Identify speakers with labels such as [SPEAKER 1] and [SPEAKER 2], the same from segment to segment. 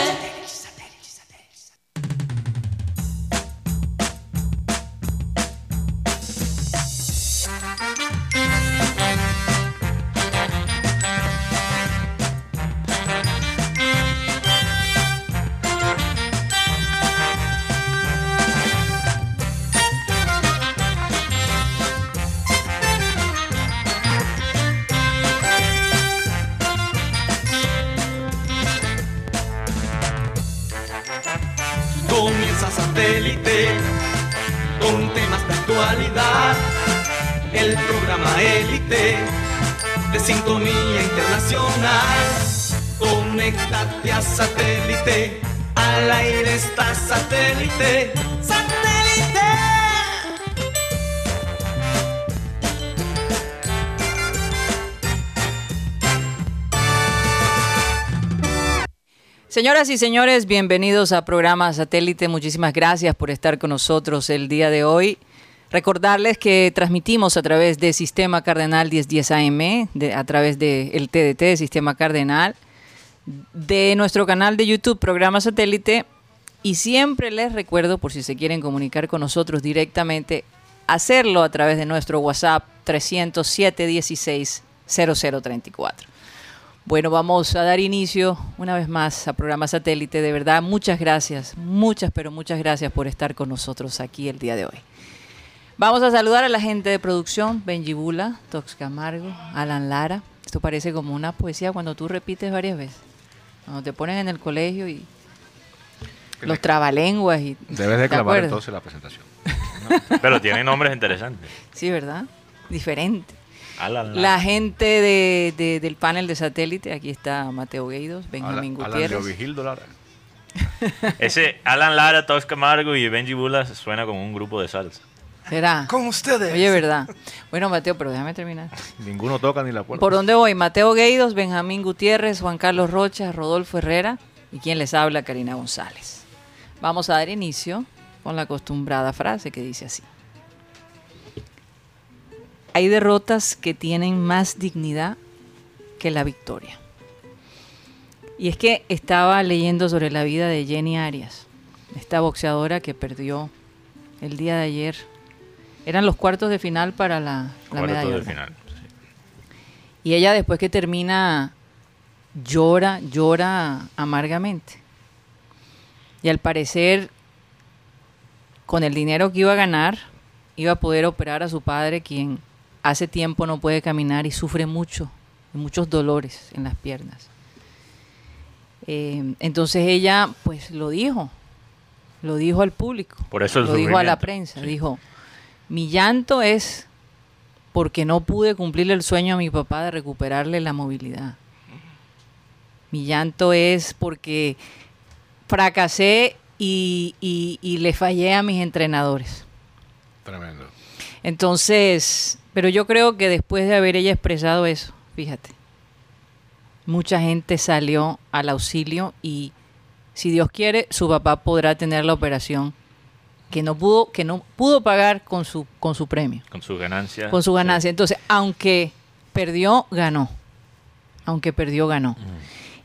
[SPEAKER 1] Satellite.
[SPEAKER 2] Comienza satélite con temas de actualidad. El programa élite de sintonía internacional. Conéctate a satélite. Al aire está satélite. ¡Satélite!
[SPEAKER 3] Señoras y señores, bienvenidos a programa Satélite. Muchísimas gracias por estar con nosotros el día de hoy. Recordarles que transmitimos a través de Sistema Cardenal 1010 AM, de- a través del el TDT de Sistema Cardenal, de nuestro canal de YouTube, programa Satélite. Y siempre les recuerdo, por si se quieren comunicar con nosotros directamente, hacerlo a través de nuestro WhatsApp 307 16 0034. Bueno, vamos a dar inicio una vez más a programa satélite. De verdad, muchas gracias, muchas, pero muchas gracias por estar con nosotros aquí el día de hoy. Vamos a saludar a la gente de producción, Benji Bula, Tox Camargo, Alan Lara. Esto parece como una poesía cuando tú repites varias veces. Cuando te ponen en el colegio y los trabalenguas y...
[SPEAKER 4] Debes
[SPEAKER 3] ¿te
[SPEAKER 4] declamar
[SPEAKER 3] acuerdas?
[SPEAKER 4] entonces la presentación.
[SPEAKER 5] Pero tiene nombres interesantes.
[SPEAKER 3] Sí, ¿verdad? Diferente.
[SPEAKER 5] Alan Lara.
[SPEAKER 3] La gente de- de- del panel de satélite, aquí está Mateo Gueidos, Benjamín
[SPEAKER 4] Alan- Alan
[SPEAKER 3] Gutiérrez.
[SPEAKER 4] Leovigildo Lara.
[SPEAKER 5] Ese Alan Lara, Tox Camargo y Benji Bula suena como un grupo de salsa.
[SPEAKER 3] ¿Será?
[SPEAKER 6] Con ustedes.
[SPEAKER 3] Oye, verdad. Bueno, Mateo, pero déjame terminar.
[SPEAKER 4] Ninguno toca ni la puerta.
[SPEAKER 3] ¿Por dónde voy? Mateo Gueidos, Benjamín Gutiérrez, Juan Carlos Rocha, Rodolfo Herrera y quien les habla, Karina González. Vamos a dar inicio con la acostumbrada frase que dice así. Hay derrotas que tienen más dignidad que la victoria. Y es que estaba leyendo sobre la vida de Jenny Arias, esta boxeadora que perdió el día de ayer. Eran los cuartos de final para la, la medalla.
[SPEAKER 5] Cuarto del
[SPEAKER 3] de oro.
[SPEAKER 5] final. sí.
[SPEAKER 3] Y ella después que termina llora, llora amargamente. Y al parecer, con el dinero que iba a ganar, iba a poder operar a su padre, quien hace tiempo no puede caminar y sufre mucho, muchos dolores en las piernas. Eh, entonces ella pues lo dijo, lo dijo al público,
[SPEAKER 5] Por eso el
[SPEAKER 3] lo dijo a la
[SPEAKER 5] sufrimiento,
[SPEAKER 3] prensa,
[SPEAKER 5] sí.
[SPEAKER 3] dijo, mi llanto es porque no pude cumplir el sueño a mi papá de recuperarle la movilidad. Mi llanto es porque fracasé y, y- y le fallé a mis entrenadores.
[SPEAKER 4] Tremendo.
[SPEAKER 3] Entonces, pero yo creo que después de haber ella expresado eso, fíjate, mucha gente salió al auxilio y si Dios quiere, su papá podrá tener la operación que no pudo, que no pudo pagar con su, con su premio
[SPEAKER 5] Con su ganancia.
[SPEAKER 3] con su
[SPEAKER 5] sí.
[SPEAKER 3] ganancia. Entonces, aunque perdió, ganó. Aunque perdió, ganó.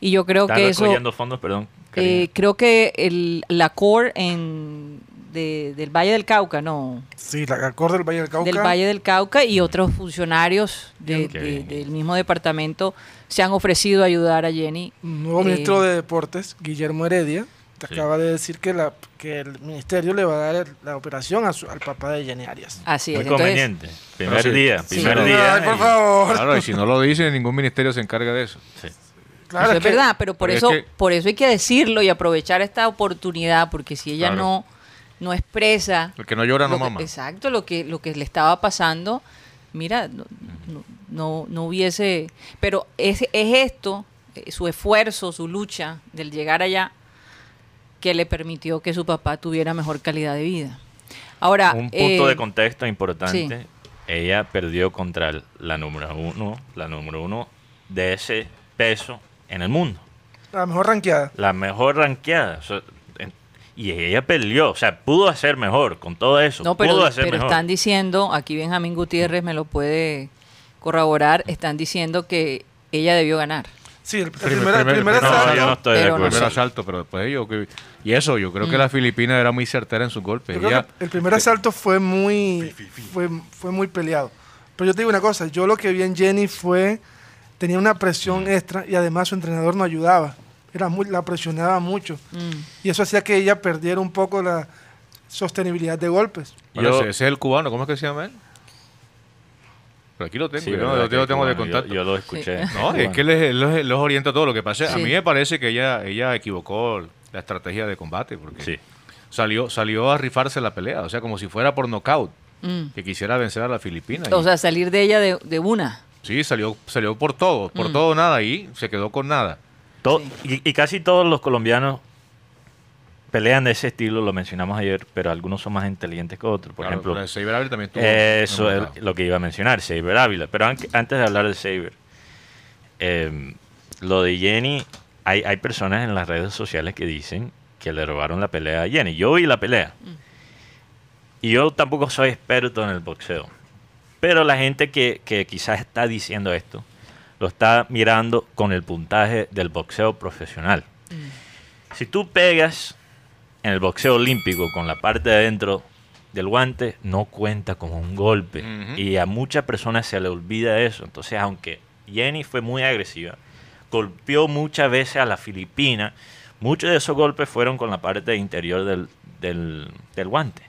[SPEAKER 3] Y yo creo
[SPEAKER 5] Están
[SPEAKER 3] que eso,
[SPEAKER 5] recogiendo fondos, perdón. Karina.
[SPEAKER 3] eh, creo que el, la core en, de- del Valle del Cauca, no,
[SPEAKER 6] Sí, la acorde del Valle del Cauca.
[SPEAKER 3] del Valle del Cauca y otros funcionarios de-
[SPEAKER 5] Ok.
[SPEAKER 3] de- del mismo departamento se han ofrecido a ayudar a Jenny.
[SPEAKER 6] Nuevo
[SPEAKER 3] Eh,
[SPEAKER 6] ministro de Deportes, Guillermo Heredia, te
[SPEAKER 5] Sí.
[SPEAKER 6] acaba de decir que, la, que el ministerio le va a dar el- la operación a su- al papá de Jenny Arias.
[SPEAKER 3] Así
[SPEAKER 5] Muy
[SPEAKER 3] es. Entonces,
[SPEAKER 5] conveniente. Primer
[SPEAKER 4] sí.
[SPEAKER 5] día.
[SPEAKER 3] Sí.
[SPEAKER 5] Primer
[SPEAKER 4] Ay,
[SPEAKER 5] día.
[SPEAKER 6] Ay, por
[SPEAKER 5] y-
[SPEAKER 6] favor.
[SPEAKER 4] Claro, y si no lo dice, ningún ministerio se encarga de eso.
[SPEAKER 5] sí.
[SPEAKER 6] Claro,
[SPEAKER 3] eso es
[SPEAKER 6] que-
[SPEAKER 3] verdad, pero por
[SPEAKER 4] pero es
[SPEAKER 3] eso,
[SPEAKER 4] que-
[SPEAKER 3] por eso hay que decirlo y aprovechar esta oportunidad, porque si ella
[SPEAKER 4] Claro.
[SPEAKER 3] no, no expresa
[SPEAKER 4] El que no llora no
[SPEAKER 3] lo que-
[SPEAKER 4] mama.
[SPEAKER 3] exacto, lo que, lo que le estaba pasando, mira, no, no, no- no hubiese... Pero es, es esto, eh, su esfuerzo, su lucha del llegar allá, que le permitió que su papá tuviera mejor calidad de vida. Ahora,
[SPEAKER 5] Un punto
[SPEAKER 3] eh,
[SPEAKER 5] de contexto importante. Ella perdió contra el- la número uno, la número uno de ese peso en el mundo.
[SPEAKER 6] La mejor ranqueada.
[SPEAKER 5] La mejor ranqueada. o sea, en- y ella peleó. O sea, pudo hacer mejor con todo eso.
[SPEAKER 3] no, pero,
[SPEAKER 5] pudo hacer
[SPEAKER 3] pero
[SPEAKER 5] mejor.
[SPEAKER 3] están diciendo, aquí Benjamín Gutiérrez me lo puede corroborar, están diciendo que ella debió ganar.
[SPEAKER 6] Sí, el, la
[SPEAKER 4] Primer-
[SPEAKER 6] primera,
[SPEAKER 4] primer-
[SPEAKER 6] primera
[SPEAKER 4] no,
[SPEAKER 6] sala-
[SPEAKER 4] yo
[SPEAKER 5] no estoy de
[SPEAKER 3] pero
[SPEAKER 5] acuerdo.
[SPEAKER 4] Primer
[SPEAKER 3] sé.
[SPEAKER 4] asalto, pero después yo que- Y eso, yo creo que la Filipina era muy certera en sus golpes.
[SPEAKER 6] Yo creo
[SPEAKER 4] Ella-
[SPEAKER 6] que el primer asalto fue muy, fue, fue muy peleado. Pero yo te digo una cosa, yo lo que vi en Jenny fue, tenía una presión extra y además su entrenador no ayudaba. Era muy, la presionaba mucho. Y eso hacía que ella perdiera un poco la sostenibilidad de golpes.
[SPEAKER 4] Bueno,
[SPEAKER 5] Yo-
[SPEAKER 4] ese, ese es el cubano, ¿cómo es que se llama él? Pero aquí lo tengo,
[SPEAKER 5] Sí,
[SPEAKER 4] yo, no-
[SPEAKER 5] verdad
[SPEAKER 4] yo
[SPEAKER 5] que
[SPEAKER 4] lo tengo de
[SPEAKER 5] cubano, yo-
[SPEAKER 4] contacto.
[SPEAKER 5] Yo, lo escuché.
[SPEAKER 4] No, es que les, los, los orienta todo. Lo que pasa es,
[SPEAKER 3] Sí.
[SPEAKER 4] a mí me parece que ella, ella equivocó la estrategia de combate porque
[SPEAKER 5] Sí.
[SPEAKER 4] salió, salió a rifarse la pelea, o sea, como si fuera por nocaut,
[SPEAKER 3] Mm.
[SPEAKER 4] que quisiera vencer a la Filipina. y-
[SPEAKER 3] O sea, salir de ella de, de una.
[SPEAKER 4] sí, salió, salió por todo,
[SPEAKER 3] Mm.
[SPEAKER 4] por todo nada y se quedó con nada.
[SPEAKER 5] To- y, y casi todos los colombianos pelean de ese estilo, lo mencionamos ayer, pero algunos son más inteligentes que otros. Por
[SPEAKER 4] Claro,
[SPEAKER 5] ejemplo,
[SPEAKER 4] pero el Saber Ávila también tuvo
[SPEAKER 5] Eso
[SPEAKER 4] un-
[SPEAKER 5] es
[SPEAKER 4] un-
[SPEAKER 5] lo que iba a mencionar, Saber Ávila. Pero anque- antes de hablar de Saber, em, lo de Jenny, hay, hay personas en las redes sociales que dicen que le robaron la pelea a Jenny. Yo vi la pelea. Y yo tampoco soy experto en el boxeo. Pero la gente que, que quizás está diciendo esto, lo está mirando con el puntaje del boxeo profesional. Si tú pegas en el boxeo olímpico con la parte de adentro del guante no cuenta como un golpe.
[SPEAKER 4] Ujú.
[SPEAKER 5] Y a muchas personas se le olvida eso. Entonces, aunque Jenny fue muy agresiva, golpeó muchas veces a la Filipina, muchos de esos golpes fueron con la parte interior del, del- del guante.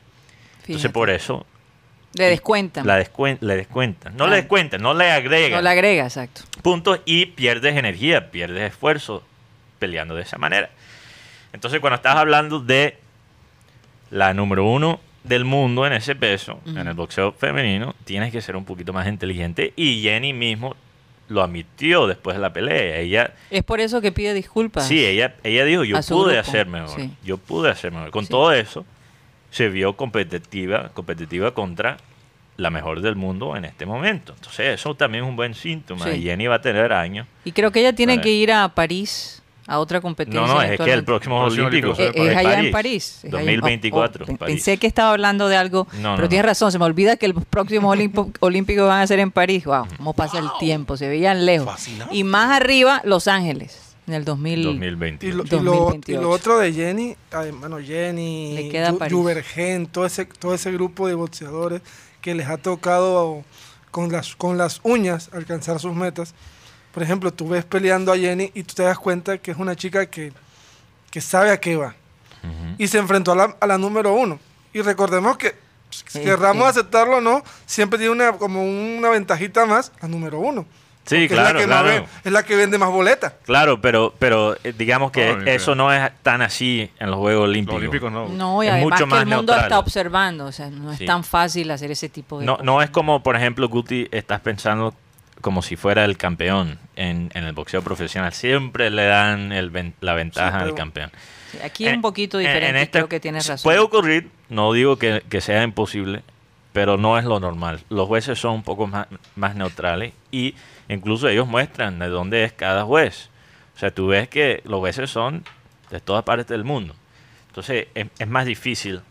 [SPEAKER 3] Fíjate.
[SPEAKER 5] Entonces, por eso
[SPEAKER 3] Le descuentan.
[SPEAKER 5] la descuen- le descuentan. No
[SPEAKER 3] Ah.
[SPEAKER 5] le descuentan, no le agregan
[SPEAKER 3] no la agrega, exacto.
[SPEAKER 5] puntos y pierdes energía, pierdes esfuerzo peleando de esa manera. Entonces, cuando estás hablando de la número uno del mundo en ese peso, en el boxeo femenino, tienes que ser un poquito más inteligente. Y Jenny mismo lo admitió después de la pelea. Ella,
[SPEAKER 3] Es por eso que pide disculpas.
[SPEAKER 5] sí, ella, ella dijo, yo
[SPEAKER 3] Pues, A su
[SPEAKER 5] pude
[SPEAKER 3] grupo,
[SPEAKER 5] hacer mejor.
[SPEAKER 3] sí.
[SPEAKER 5] Yo pude hacer mejor. Con
[SPEAKER 3] Sí.
[SPEAKER 5] todo eso, se vio competitiva, competitiva contra la mejor del mundo en este momento. Entonces, eso también es un buen síntoma.
[SPEAKER 3] Sí.
[SPEAKER 5] Y Jenny va a tener años
[SPEAKER 3] Y creo que ella tiene
[SPEAKER 5] Vale.
[SPEAKER 3] que ir a París, a otra competencia.
[SPEAKER 5] No, no, es que el
[SPEAKER 3] eventualmente.
[SPEAKER 5] próximo
[SPEAKER 4] Próximo
[SPEAKER 5] Olímpico
[SPEAKER 4] Olímpico
[SPEAKER 3] Eh,
[SPEAKER 4] París.
[SPEAKER 3] es allá en París. es allá en- oh,
[SPEAKER 5] 2024.
[SPEAKER 3] oh, pe-
[SPEAKER 5] París.
[SPEAKER 3] Pensé que estaba hablando de algo,
[SPEAKER 5] No,
[SPEAKER 3] pero
[SPEAKER 5] no,
[SPEAKER 3] tienes
[SPEAKER 5] no.
[SPEAKER 3] razón. Se me olvida que los próximos olimpo- olímpicos van a ser en París. Wow, cómo pasa el tiempo. Se veían lejos.
[SPEAKER 2] Fascinante.
[SPEAKER 3] Y más arriba, Los Ángeles, en el 2000.
[SPEAKER 5] 2020.
[SPEAKER 6] Y lo, y lo- y
[SPEAKER 3] 2028.
[SPEAKER 6] lo otro de Jenny, ay, bueno, Jenny,
[SPEAKER 3] Le queda
[SPEAKER 6] Ju-
[SPEAKER 3] París.
[SPEAKER 6] Juvergen, todo ese, todo ese grupo de boxeadores que les ha tocado con las, con las uñas alcanzar sus metas. Por ejemplo, tú ves peleando a Jenny y tú te das cuenta que es una chica que, que sabe a qué va. Y se enfrentó a la, a la número uno. Y recordemos que, pues,
[SPEAKER 3] Sí,
[SPEAKER 6] querramos
[SPEAKER 3] sí.
[SPEAKER 6] aceptarlo o no, siempre tiene una, como una ventajita más la número uno.
[SPEAKER 5] Sí,
[SPEAKER 6] Porque es la
[SPEAKER 5] claro,
[SPEAKER 6] que más
[SPEAKER 5] claro.
[SPEAKER 6] ve- es la que vende más boletas.
[SPEAKER 5] Claro, pero, pero eh, digamos que
[SPEAKER 4] No, ni
[SPEAKER 5] eso
[SPEAKER 4] idea.
[SPEAKER 5] no es tan así en los Juegos
[SPEAKER 4] Los
[SPEAKER 5] Olímpicos.
[SPEAKER 4] olímpicos no.
[SPEAKER 3] No, y
[SPEAKER 5] Es
[SPEAKER 3] además
[SPEAKER 5] mucho
[SPEAKER 3] que
[SPEAKER 5] más
[SPEAKER 3] el mundo
[SPEAKER 5] neutral.
[SPEAKER 3] está observando. O sea, no es
[SPEAKER 5] Sí.
[SPEAKER 3] tan fácil hacer ese tipo de.
[SPEAKER 5] No, no es como, por ejemplo, Guti, estás pensando como si fuera el campeón en, en el boxeo profesional. Siempre le dan el ven- la ventaja al
[SPEAKER 6] pero-
[SPEAKER 5] campeón.
[SPEAKER 3] Sí, Aquí es un
[SPEAKER 5] En-
[SPEAKER 3] poquito
[SPEAKER 5] en-
[SPEAKER 3] diferente.
[SPEAKER 5] en este-
[SPEAKER 3] creo que tienes razón.
[SPEAKER 5] Puede ocurrir, no digo que, que sea imposible, pero no es lo normal. Los jueces son un poco más, más neutrales y incluso ellos muestran de dónde es cada juez. O sea, tú ves que los jueces son de todas partes del mundo. Entonces es, es más difícil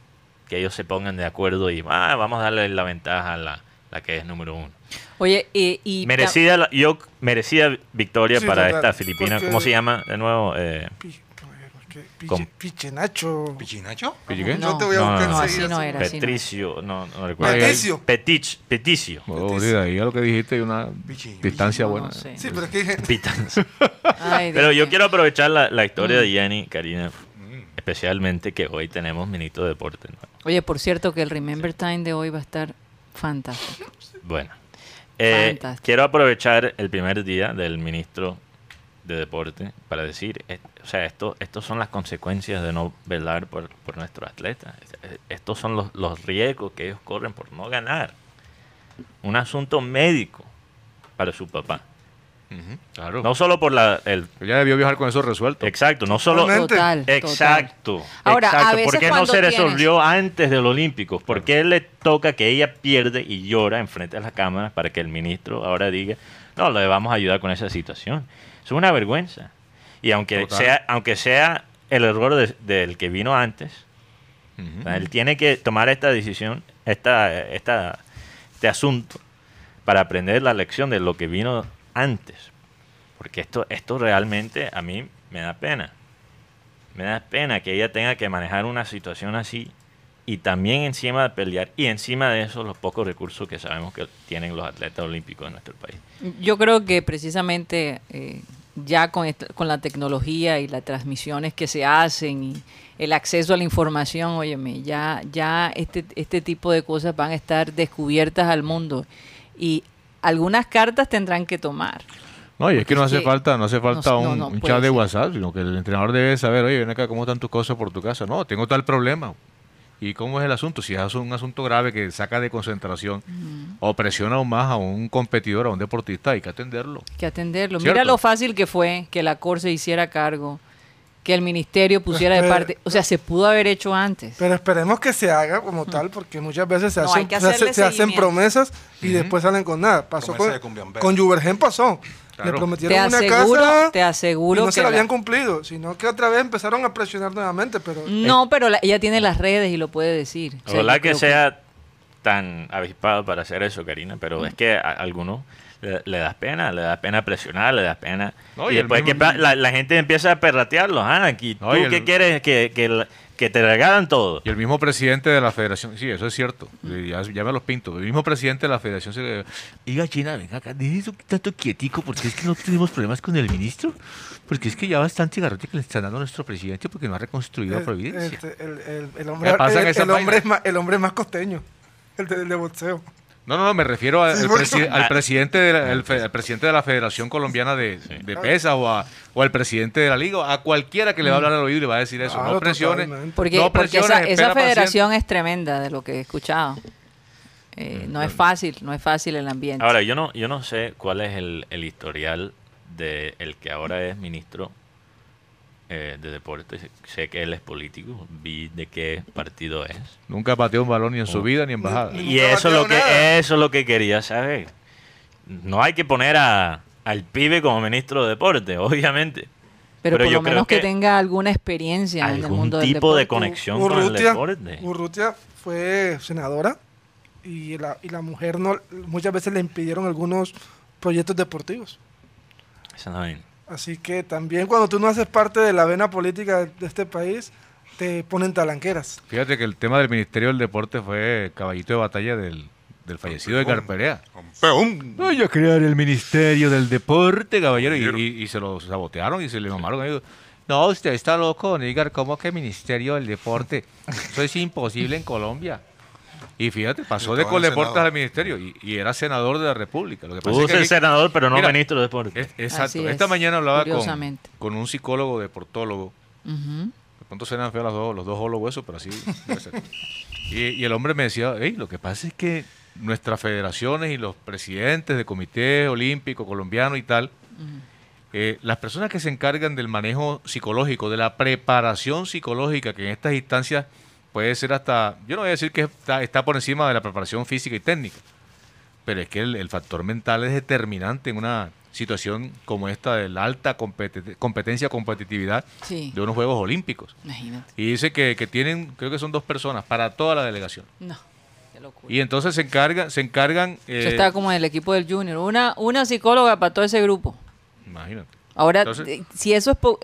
[SPEAKER 5] que ellos se pongan de acuerdo y "Ah, vamos a darle la ventaja a la, la que es número uno.
[SPEAKER 3] Oye, eh, y. ta-
[SPEAKER 5] Merecida, la- yo merecía victoria
[SPEAKER 6] Sí,
[SPEAKER 5] para
[SPEAKER 6] total,
[SPEAKER 5] esta filipina.
[SPEAKER 6] porque-
[SPEAKER 5] ¿Cómo se llama de nuevo? Eh,
[SPEAKER 6] Pi- ¿qué? Piche-
[SPEAKER 5] Con-
[SPEAKER 6] Pichenacho.
[SPEAKER 2] ¿Pichinacho?
[SPEAKER 4] ¿Y qué?
[SPEAKER 3] No,
[SPEAKER 6] Yo te voy a
[SPEAKER 5] No,
[SPEAKER 6] buscar
[SPEAKER 5] no, no,
[SPEAKER 6] enseguida,
[SPEAKER 3] así no
[SPEAKER 6] sí.
[SPEAKER 3] era.
[SPEAKER 5] Patricio, no, no recuerdo.
[SPEAKER 6] Peticio.
[SPEAKER 5] Petich, Peticio.
[SPEAKER 4] Oh, mira, ahí a lo que dijiste hay una
[SPEAKER 2] Bichillo.
[SPEAKER 4] distancia
[SPEAKER 3] No,
[SPEAKER 4] buena.
[SPEAKER 3] no sé.
[SPEAKER 6] Sí, pero es que dije,
[SPEAKER 5] Pitanza.
[SPEAKER 3] Ay, Dios
[SPEAKER 5] Pero yo
[SPEAKER 3] mío.
[SPEAKER 5] quiero aprovechar la, la historia
[SPEAKER 3] Mm.
[SPEAKER 5] de Jenny, Karina, especialmente que hoy tenemos Minito de Deporte. ¿no?
[SPEAKER 3] Oye, por cierto, que el Remember Time de hoy va a estar fantástico.
[SPEAKER 5] Bueno, eh,
[SPEAKER 3] Fantástico.
[SPEAKER 5] quiero aprovechar el primer día del ministro de Deporte para decir, eh, o sea, esto, estos son las consecuencias de no velar por, por nuestros atletas. Eh, Estos son los, los riesgos que ellos corren por no ganar. Un asunto médico para su papá.
[SPEAKER 4] Claro.
[SPEAKER 5] No solo por la, el...
[SPEAKER 4] Ella debió viajar con eso resuelto.
[SPEAKER 5] Exacto, no solo...
[SPEAKER 3] Total.
[SPEAKER 6] Totalmente.
[SPEAKER 3] total.
[SPEAKER 5] Exacto.
[SPEAKER 3] Ahora,
[SPEAKER 5] exacto.
[SPEAKER 3] a veces
[SPEAKER 5] ¿Por qué no
[SPEAKER 3] cuando
[SPEAKER 5] se
[SPEAKER 3] tienes-
[SPEAKER 5] resolvió antes del Olímpico? ¿Por qué le toca que ella pierde y llora enfrente a las cámaras para que el ministro ahora diga, no, le vamos a ayudar con esa situación? Es una vergüenza. Y aunque
[SPEAKER 4] Total.
[SPEAKER 5] sea, aunque sea el error de- del que vino antes, o sea, él tiene que tomar esta decisión, esta, esta, este asunto, para aprender la lección de lo que vino antes. Porque esto, esto realmente a mí me da pena. Me da pena que ella tenga que manejar una situación así y también encima de pelear y encima de eso los pocos recursos que sabemos que tienen los atletas olímpicos en nuestro país.
[SPEAKER 3] Yo creo que precisamente eh, ya con, esta- con la tecnología y las transmisiones que se hacen y el acceso a la información, óyeme, ya, ya este, este tipo de cosas van a estar descubiertas al mundo y algunas cartas tendrán que tomar.
[SPEAKER 4] No, y es que no
[SPEAKER 3] Es
[SPEAKER 4] hace
[SPEAKER 3] que-
[SPEAKER 4] falta, no hace falta
[SPEAKER 3] no,
[SPEAKER 4] un,
[SPEAKER 3] no
[SPEAKER 4] un
[SPEAKER 3] puede
[SPEAKER 4] chat de
[SPEAKER 3] ser.
[SPEAKER 4] WhatsApp, sino que el entrenador debe saber, oye, ven acá, ¿cómo están tus cosas por tu casa? No, tengo tal problema. ¿Y cómo es el asunto? Si es un asunto grave que saca de concentración o presiona aún más a un competidor, a un deportista, hay que atenderlo.
[SPEAKER 3] que atenderlo.
[SPEAKER 4] ¿Cierto?
[SPEAKER 3] Mira lo fácil que fue que la COR se hiciera cargo, que el ministerio pusiera de
[SPEAKER 6] Espera.
[SPEAKER 3] parte. O sea, se pudo haber hecho antes.
[SPEAKER 6] Pero esperemos que se haga como tal, porque muchas veces se,
[SPEAKER 3] No, hay
[SPEAKER 6] hacen,
[SPEAKER 3] que
[SPEAKER 6] se hace-
[SPEAKER 3] hacerle
[SPEAKER 6] se hacen
[SPEAKER 3] seguimiento.
[SPEAKER 6] promesas y después salen con nada. Pasó
[SPEAKER 1] Promesa de
[SPEAKER 6] con,
[SPEAKER 1] Cumbiambera.
[SPEAKER 6] con Juvergen pasó.
[SPEAKER 4] Claro.
[SPEAKER 6] Le prometieron
[SPEAKER 3] Te
[SPEAKER 6] una
[SPEAKER 3] aseguro,
[SPEAKER 6] casa
[SPEAKER 3] te aseguro
[SPEAKER 6] y no
[SPEAKER 3] que
[SPEAKER 6] se
[SPEAKER 3] la-
[SPEAKER 6] la habían cumplido, sino que otra vez empezaron a presionar nuevamente, pero
[SPEAKER 3] Mm. No, pero la- ella tiene las redes y lo puede decir. O sea,
[SPEAKER 5] Ojalá
[SPEAKER 3] yo
[SPEAKER 5] que
[SPEAKER 3] creo
[SPEAKER 5] sea tan avispado para hacer eso, Karina, pero es que a a algunos le, le das pena, le das pena presionar, le das pena.
[SPEAKER 4] No,
[SPEAKER 5] y,
[SPEAKER 4] y el
[SPEAKER 5] después que
[SPEAKER 4] mismo-
[SPEAKER 5] pa- la, la gente empieza a perratearlos. Ah, aquí,
[SPEAKER 4] No,
[SPEAKER 5] ¿tú
[SPEAKER 4] y el-
[SPEAKER 5] qué quieres? Que, que, la- que te regalan todo.
[SPEAKER 4] Y el mismo presidente de la federación, sí, eso es cierto, eh, ya, ya me los pinto, el mismo presidente de la federación se le... Diga China, venga acá, deje eso tanto quietico, porque es que no tuvimos problemas con el ministro, porque es que ya bastante garrote que le están dando a nuestro presidente porque no ha reconstruido la
[SPEAKER 6] el,
[SPEAKER 4] Providencia.
[SPEAKER 6] este, el- el- el hombre,
[SPEAKER 4] ¿Qué pasa
[SPEAKER 6] el-
[SPEAKER 4] en esa
[SPEAKER 6] el hombre
[SPEAKER 4] vaina?
[SPEAKER 6] es más, el hombre es más costeño, el de, el de boxeo.
[SPEAKER 4] No, no, no, me refiero a-
[SPEAKER 6] Sí,
[SPEAKER 4] al,
[SPEAKER 6] porque-
[SPEAKER 4] presi-
[SPEAKER 3] Ah.
[SPEAKER 4] al presidente de la, el fe- al presidente de la Federación Colombiana de, de Pesas o, a- o al presidente de la Liga, a cualquiera que le va a hablar al oído y le va a decir eso.
[SPEAKER 6] Claro,
[SPEAKER 4] no presiones.
[SPEAKER 6] totalmente.
[SPEAKER 3] Porque,
[SPEAKER 4] no
[SPEAKER 3] porque
[SPEAKER 4] presiones,
[SPEAKER 3] esa, esa
[SPEAKER 4] espera
[SPEAKER 3] federación es tremenda de lo que he escuchado. Eh, no es fácil, no es fácil el ambiente.
[SPEAKER 5] Mm, Ahora, yo no, yo no sé cuál es el, el historial de el que ahora es ministro eh, de deportes. Sé que él es político, vi de qué partido es.
[SPEAKER 4] paciencia. Nunca pateó un balón ni en su vida ni en bajada.
[SPEAKER 6] Ni-
[SPEAKER 5] Y
[SPEAKER 6] Nunca
[SPEAKER 5] eso es lo
[SPEAKER 6] batearon nada.
[SPEAKER 5] que eso es lo que quería saber. No hay que poner a, al pibe como ministro de deporte, obviamente.
[SPEAKER 3] pero,
[SPEAKER 5] pero
[SPEAKER 3] por
[SPEAKER 5] yo
[SPEAKER 3] lo
[SPEAKER 5] creo
[SPEAKER 3] menos que,
[SPEAKER 5] que
[SPEAKER 3] tenga alguna experiencia en el
[SPEAKER 5] Algún
[SPEAKER 3] mundo del
[SPEAKER 5] tipo de
[SPEAKER 3] deporte.
[SPEAKER 5] conexión con el
[SPEAKER 6] Urrutia,
[SPEAKER 5] deporte.
[SPEAKER 6] Urrutia fue senadora y la, y la mujer no, muchas veces le impidieron algunos proyectos deportivos.
[SPEAKER 5] Esa no es-
[SPEAKER 6] Así que también cuando tú no haces parte de la vena política de, de este país, te ponen talanqueras.
[SPEAKER 4] Fíjate que el tema del Ministerio del Deporte fue caballito de batalla del, del fallecido de Carperea.
[SPEAKER 1] Campeón.
[SPEAKER 4] No, yo crear el Ministerio del Deporte, caballero. Y, y- y se lo sabotearon y se le mamaron. a ellos. No, usted está loco, Nígar. ¿Cómo que Ministerio del Deporte? Eso es imposible en Colombia. Y fíjate, pasó
[SPEAKER 1] Estaba
[SPEAKER 4] de
[SPEAKER 1] en el
[SPEAKER 4] Coldeportes
[SPEAKER 1] Senado.
[SPEAKER 4] al Ministerio y, y era senador de la República. Lo que pasa
[SPEAKER 5] Pudo
[SPEAKER 4] es
[SPEAKER 5] ser
[SPEAKER 4] que aquí-
[SPEAKER 5] senador, pero no
[SPEAKER 4] Mira,
[SPEAKER 5] ministro de deporte.
[SPEAKER 4] es- exacto.
[SPEAKER 3] Así
[SPEAKER 4] Esta
[SPEAKER 3] es,
[SPEAKER 4] mañana hablaba con,
[SPEAKER 3] curiosamente.
[SPEAKER 4] con un psicólogo deportólogo.
[SPEAKER 3] Ujú.
[SPEAKER 4] De pronto suenan feos los dos, los dos holos huesos, pero así debe ser. Y, y el hombre me decía, "Ey, lo que pasa es que nuestras federaciones y los presidentes de comité olímpico colombiano y tal, eh, las personas que se encargan del manejo psicológico, de la preparación psicológica, que en estas instancias puede ser hasta, yo no voy a decir que está, está por encima de la preparación física y técnica, pero es que el, el factor mental es determinante en una situación como esta de la alta competi- competencia, competitividad
[SPEAKER 3] Sí,
[SPEAKER 4] de unos Juegos Olímpicos.
[SPEAKER 3] imagínate.
[SPEAKER 4] Y dice que, que tienen, creo que son dos personas para toda la delegación.
[SPEAKER 3] No, qué locura.
[SPEAKER 5] eh,
[SPEAKER 4] Y entonces se encargan, se encargan.
[SPEAKER 3] Eso
[SPEAKER 4] eh,
[SPEAKER 3] está como en el equipo del Junior. Una, una psicóloga para todo ese grupo.
[SPEAKER 4] Imagínate.
[SPEAKER 3] Ahora,
[SPEAKER 4] Entonces-
[SPEAKER 3] eh, si eso es... po-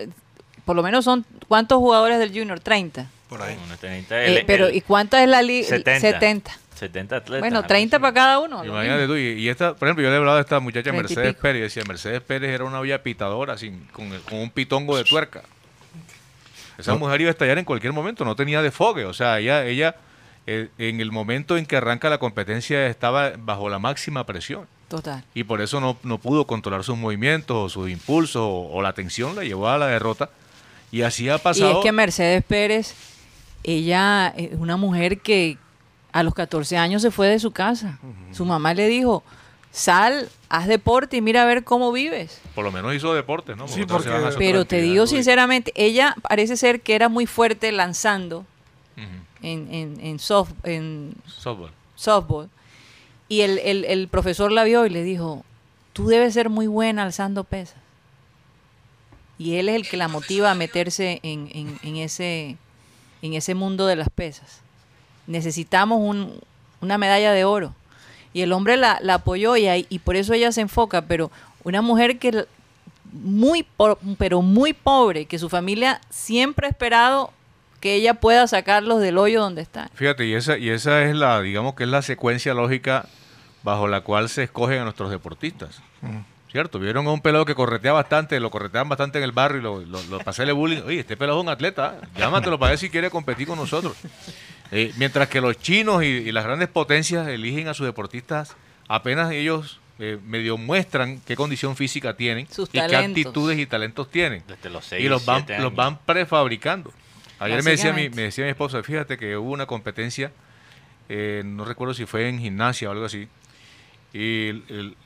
[SPEAKER 3] por lo menos son... ¿Cuántos jugadores del Junior? 30.
[SPEAKER 1] Por ahí.
[SPEAKER 5] Uno está- está- este el-
[SPEAKER 3] Eh, pero,
[SPEAKER 5] el
[SPEAKER 3] ¿y cuánta es la liga?
[SPEAKER 5] 70.
[SPEAKER 3] 70.
[SPEAKER 5] 70 atletas.
[SPEAKER 3] Bueno,
[SPEAKER 5] algo
[SPEAKER 3] 30
[SPEAKER 5] así.
[SPEAKER 3] para cada uno. Ah, lo
[SPEAKER 4] Imagínate tú. Y, y esta, por ejemplo, yo le he hablado de esta muchacha
[SPEAKER 3] Treinta y
[SPEAKER 4] Mercedes
[SPEAKER 3] pico.
[SPEAKER 4] Pérez. y Decía, Mercedes Pérez era una olla pitadora sin, con, el- con un pitongo de tuerca. Esa mujer iba a estallar en cualquier momento, no tenía desfogue. O sea, ella, ella eh, en el momento en que arranca la competencia estaba bajo la máxima presión.
[SPEAKER 3] mismo. Total.
[SPEAKER 4] y por eso no, no pudo controlar sus movimientos o sus impulsos o, o la tensión la llevó a la derrota. Y así ha pasado.
[SPEAKER 3] Y es que Mercedes Pérez, ella es una mujer que a los 14 años se fue de su casa. Su mamá le dijo, sal, haz deporte y mira a ver cómo vives.
[SPEAKER 4] por lo menos hizo deportes, ¿no?
[SPEAKER 6] Sí,
[SPEAKER 4] otros se
[SPEAKER 6] porque-
[SPEAKER 4] van a hacer
[SPEAKER 3] Pero
[SPEAKER 4] otra
[SPEAKER 3] te
[SPEAKER 4] actividad,
[SPEAKER 3] digo
[SPEAKER 4] ¿no? Y-
[SPEAKER 3] sinceramente, ella parece ser que era muy fuerte lanzando en, en, en soft, en
[SPEAKER 4] Softball.
[SPEAKER 3] softball. Y el, el- el profesor la vio y le dijo, tú debes ser muy buena alzando pesas. Y él es el que la motiva a meterse en, en- en ese, en ese mundo de las pesas. Necesitamos un- una medalla de oro. Y el hombre la, la apoyó y, ahí- y por eso ella se enfoca, pero una mujer que l- muy, po- pero muy pobre, que su familia siempre ha esperado que ella pueda sacarlos del hoyo donde están.
[SPEAKER 4] Fíjate, y esa, y esa es la, digamos que es la secuencia lógica bajo la cual se escogen a nuestros deportistas. ¿Cierto? Vieron a un pelado que corretea bastante, lo correteaban bastante en el barrio y lo, lo, lo para hacerle bullying. Oye, este pelado es un atleta, ¿eh? llámatelo para ver si quiere competir con nosotros. Eh, mientras que los chinos y, y las grandes potencias eligen a sus deportistas, apenas ellos eh, medio muestran qué condición física tienen
[SPEAKER 3] Sus
[SPEAKER 4] y qué
[SPEAKER 3] talentos.
[SPEAKER 4] actitudes y talentos tienen.
[SPEAKER 5] Desde los
[SPEAKER 4] y
[SPEAKER 5] seis,
[SPEAKER 4] los van,
[SPEAKER 5] siete
[SPEAKER 4] los
[SPEAKER 5] años.
[SPEAKER 4] van prefabricando. Ayer me decía, mi,
[SPEAKER 3] Básicamente.
[SPEAKER 4] me decía mi esposa, fíjate que hubo una competencia, eh, no recuerdo si fue en gimnasia o algo así, y el- el-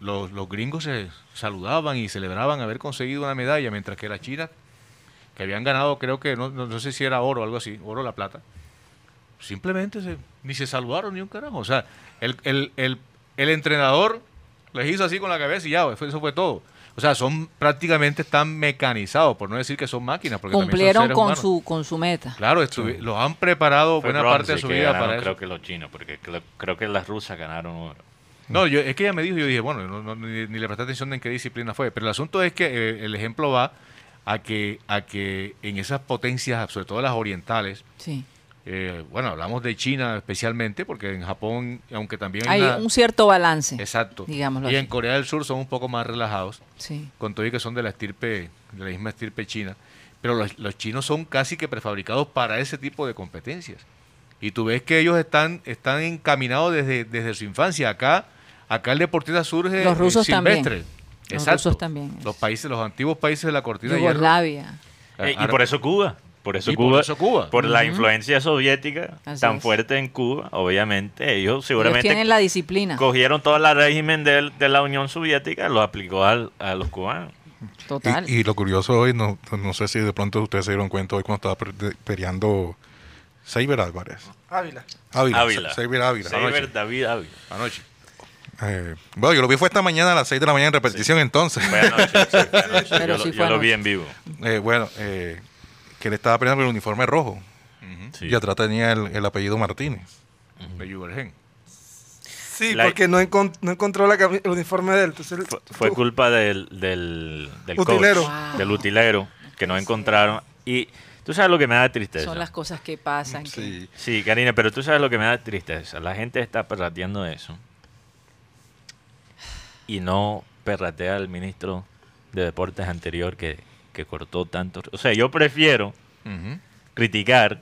[SPEAKER 4] los, los gringos se saludaban y celebraban haber conseguido una medalla, mientras que la China, que habían ganado, creo que, no, no- no sé si era oro o algo así, oro o la plata, simplemente se- ni se saludaron ni un carajo. O sea, el, el- el- el entrenador les hizo así con la cabeza y ya, fue- eso fue todo. O sea, son prácticamente están mecanizados, por no decir que son máquinas. Porque también son
[SPEAKER 3] Cumplieron
[SPEAKER 4] seres
[SPEAKER 3] con
[SPEAKER 4] humanos.
[SPEAKER 3] su, con su meta.
[SPEAKER 4] Claro, estuvi- los han preparado
[SPEAKER 5] Fue
[SPEAKER 4] buena
[SPEAKER 5] bronce
[SPEAKER 4] parte de su
[SPEAKER 5] que
[SPEAKER 4] vida
[SPEAKER 5] ganaron,
[SPEAKER 4] para eso.
[SPEAKER 5] creo que los chinos, porque cl- creo que las rusas ganaron oro.
[SPEAKER 4] No, yo, es que ella me dijo, yo dije, bueno, no- no- ni, ni le presté atención de en qué disciplina fue, pero el asunto es que eh, el ejemplo va a que, a que en esas potencias, sobre todo las orientales,
[SPEAKER 3] Sí.
[SPEAKER 4] eh, bueno, hablamos de China especialmente, porque en Japón, aunque también
[SPEAKER 3] Hay
[SPEAKER 4] una-
[SPEAKER 3] un cierto balance.
[SPEAKER 4] Exacto.
[SPEAKER 3] digámoslo
[SPEAKER 4] y
[SPEAKER 3] así.
[SPEAKER 4] en Corea del Sur son un poco más relajados,
[SPEAKER 3] Sí.
[SPEAKER 4] con todo y que son de la estirpe, de la misma estirpe china, pero los, los chinos son casi que prefabricados para ese tipo de competencias. Y tú ves que ellos están, están encaminados desde, desde su infancia. Acá, acá el deportista surge
[SPEAKER 3] Los rusos
[SPEAKER 4] eh,
[SPEAKER 3] también.
[SPEAKER 4] silvestre.
[SPEAKER 3] Los
[SPEAKER 4] Exacto.
[SPEAKER 3] rusos también.
[SPEAKER 4] Los países, los antiguos países de la cortina de hierro.
[SPEAKER 3] Yugoslavia.
[SPEAKER 4] Ah,
[SPEAKER 5] Eh, y
[SPEAKER 4] ahora-
[SPEAKER 5] por eso Cuba. Por eso
[SPEAKER 4] Y por
[SPEAKER 5] Cuba.
[SPEAKER 4] eso Cuba.
[SPEAKER 5] por la influencia soviética
[SPEAKER 3] Así
[SPEAKER 5] tan
[SPEAKER 3] es.
[SPEAKER 5] fuerte en Cuba, obviamente, ellos
[SPEAKER 3] Ellos
[SPEAKER 5] seguramente
[SPEAKER 3] tienen la disciplina.
[SPEAKER 5] cogieron todo el régimen del- de, la Unión Soviética, lo aplicó al- a los cubanos.
[SPEAKER 3] Total.
[SPEAKER 1] Y, y lo curioso hoy, no, no sé si de pronto ustedes se dieron cuenta hoy cuando estaba pe- de- peleando Seiber Álvarez.
[SPEAKER 6] Ávila.
[SPEAKER 1] Ávila.
[SPEAKER 5] Ávila.
[SPEAKER 1] Se- Seiber Ávila.
[SPEAKER 5] Seiber David Ávila.
[SPEAKER 4] Anoche.
[SPEAKER 1] Eh, bueno, yo lo vi fue esta mañana a las 6 de la mañana en repetición entonces.
[SPEAKER 5] Fue anoche, sí, fue anoche.
[SPEAKER 3] Pero
[SPEAKER 5] yo
[SPEAKER 3] sí
[SPEAKER 5] lo,
[SPEAKER 3] fue
[SPEAKER 5] yo lo
[SPEAKER 3] anoche.
[SPEAKER 5] vi en vivo.
[SPEAKER 1] Eh, bueno, eh, que le estaba peleando con el uniforme rojo.
[SPEAKER 5] Sí.
[SPEAKER 1] Y atrás tenía el, el apellido Martínez.
[SPEAKER 4] De Yubergen.
[SPEAKER 6] Sí,
[SPEAKER 5] La-
[SPEAKER 6] porque no, encon- no encontró la cami- el uniforme de él. Entonces,
[SPEAKER 5] Fue, fue culpa del, del, del coach,
[SPEAKER 6] Utilero.
[SPEAKER 3] Wow.
[SPEAKER 5] del utilero, que no encontraron. Y tú sabes lo que me da tristeza.
[SPEAKER 3] Son las cosas que pasan. que- eh,
[SPEAKER 5] Sí, Karina, pero tú sabes lo que me da tristeza. La gente está perrateando eso. Y no perratea al ministro de Deportes anterior que, que cortó tanto. O sea, yo prefiero criticar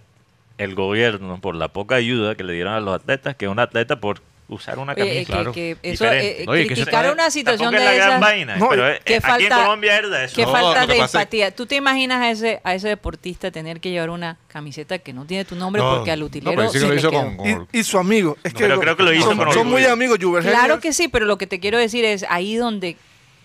[SPEAKER 5] el gobierno por la poca ayuda que le dieron a los atletas que un atleta por usar
[SPEAKER 4] Ah,
[SPEAKER 5] una
[SPEAKER 3] Oye,
[SPEAKER 5] camisa.
[SPEAKER 3] que- que eso,
[SPEAKER 5] diferente.
[SPEAKER 3] eh,
[SPEAKER 4] Oye, que eso
[SPEAKER 3] criticar
[SPEAKER 4] está-
[SPEAKER 3] una situación
[SPEAKER 5] Tampoco es
[SPEAKER 3] de
[SPEAKER 5] la gran
[SPEAKER 3] esas,
[SPEAKER 5] vaina,
[SPEAKER 6] No,
[SPEAKER 5] pero, eh,
[SPEAKER 3] que
[SPEAKER 5] aquí en
[SPEAKER 3] falta-
[SPEAKER 5] Colombia es de eso.
[SPEAKER 3] Qué
[SPEAKER 1] No,
[SPEAKER 3] falta
[SPEAKER 1] lo que
[SPEAKER 3] de
[SPEAKER 1] pasa es-
[SPEAKER 3] empatía. ¿Tú te imaginas a ese, a ese deportista tener que llevar una camiseta que no tiene tu nombre
[SPEAKER 1] No,
[SPEAKER 3] porque al
[SPEAKER 1] no, pero
[SPEAKER 3] utilero
[SPEAKER 4] sí que
[SPEAKER 3] se
[SPEAKER 4] lo
[SPEAKER 3] le
[SPEAKER 4] hizo
[SPEAKER 3] quedó?
[SPEAKER 4] con- con-
[SPEAKER 6] y, y su amigo. Es que
[SPEAKER 5] Pero creo que lo hizo
[SPEAKER 6] son,
[SPEAKER 5] con
[SPEAKER 6] son
[SPEAKER 5] orgullo.
[SPEAKER 6] muy amigos, Juvergen.
[SPEAKER 3] Claro que sí, pero lo que te quiero decir es ahí donde...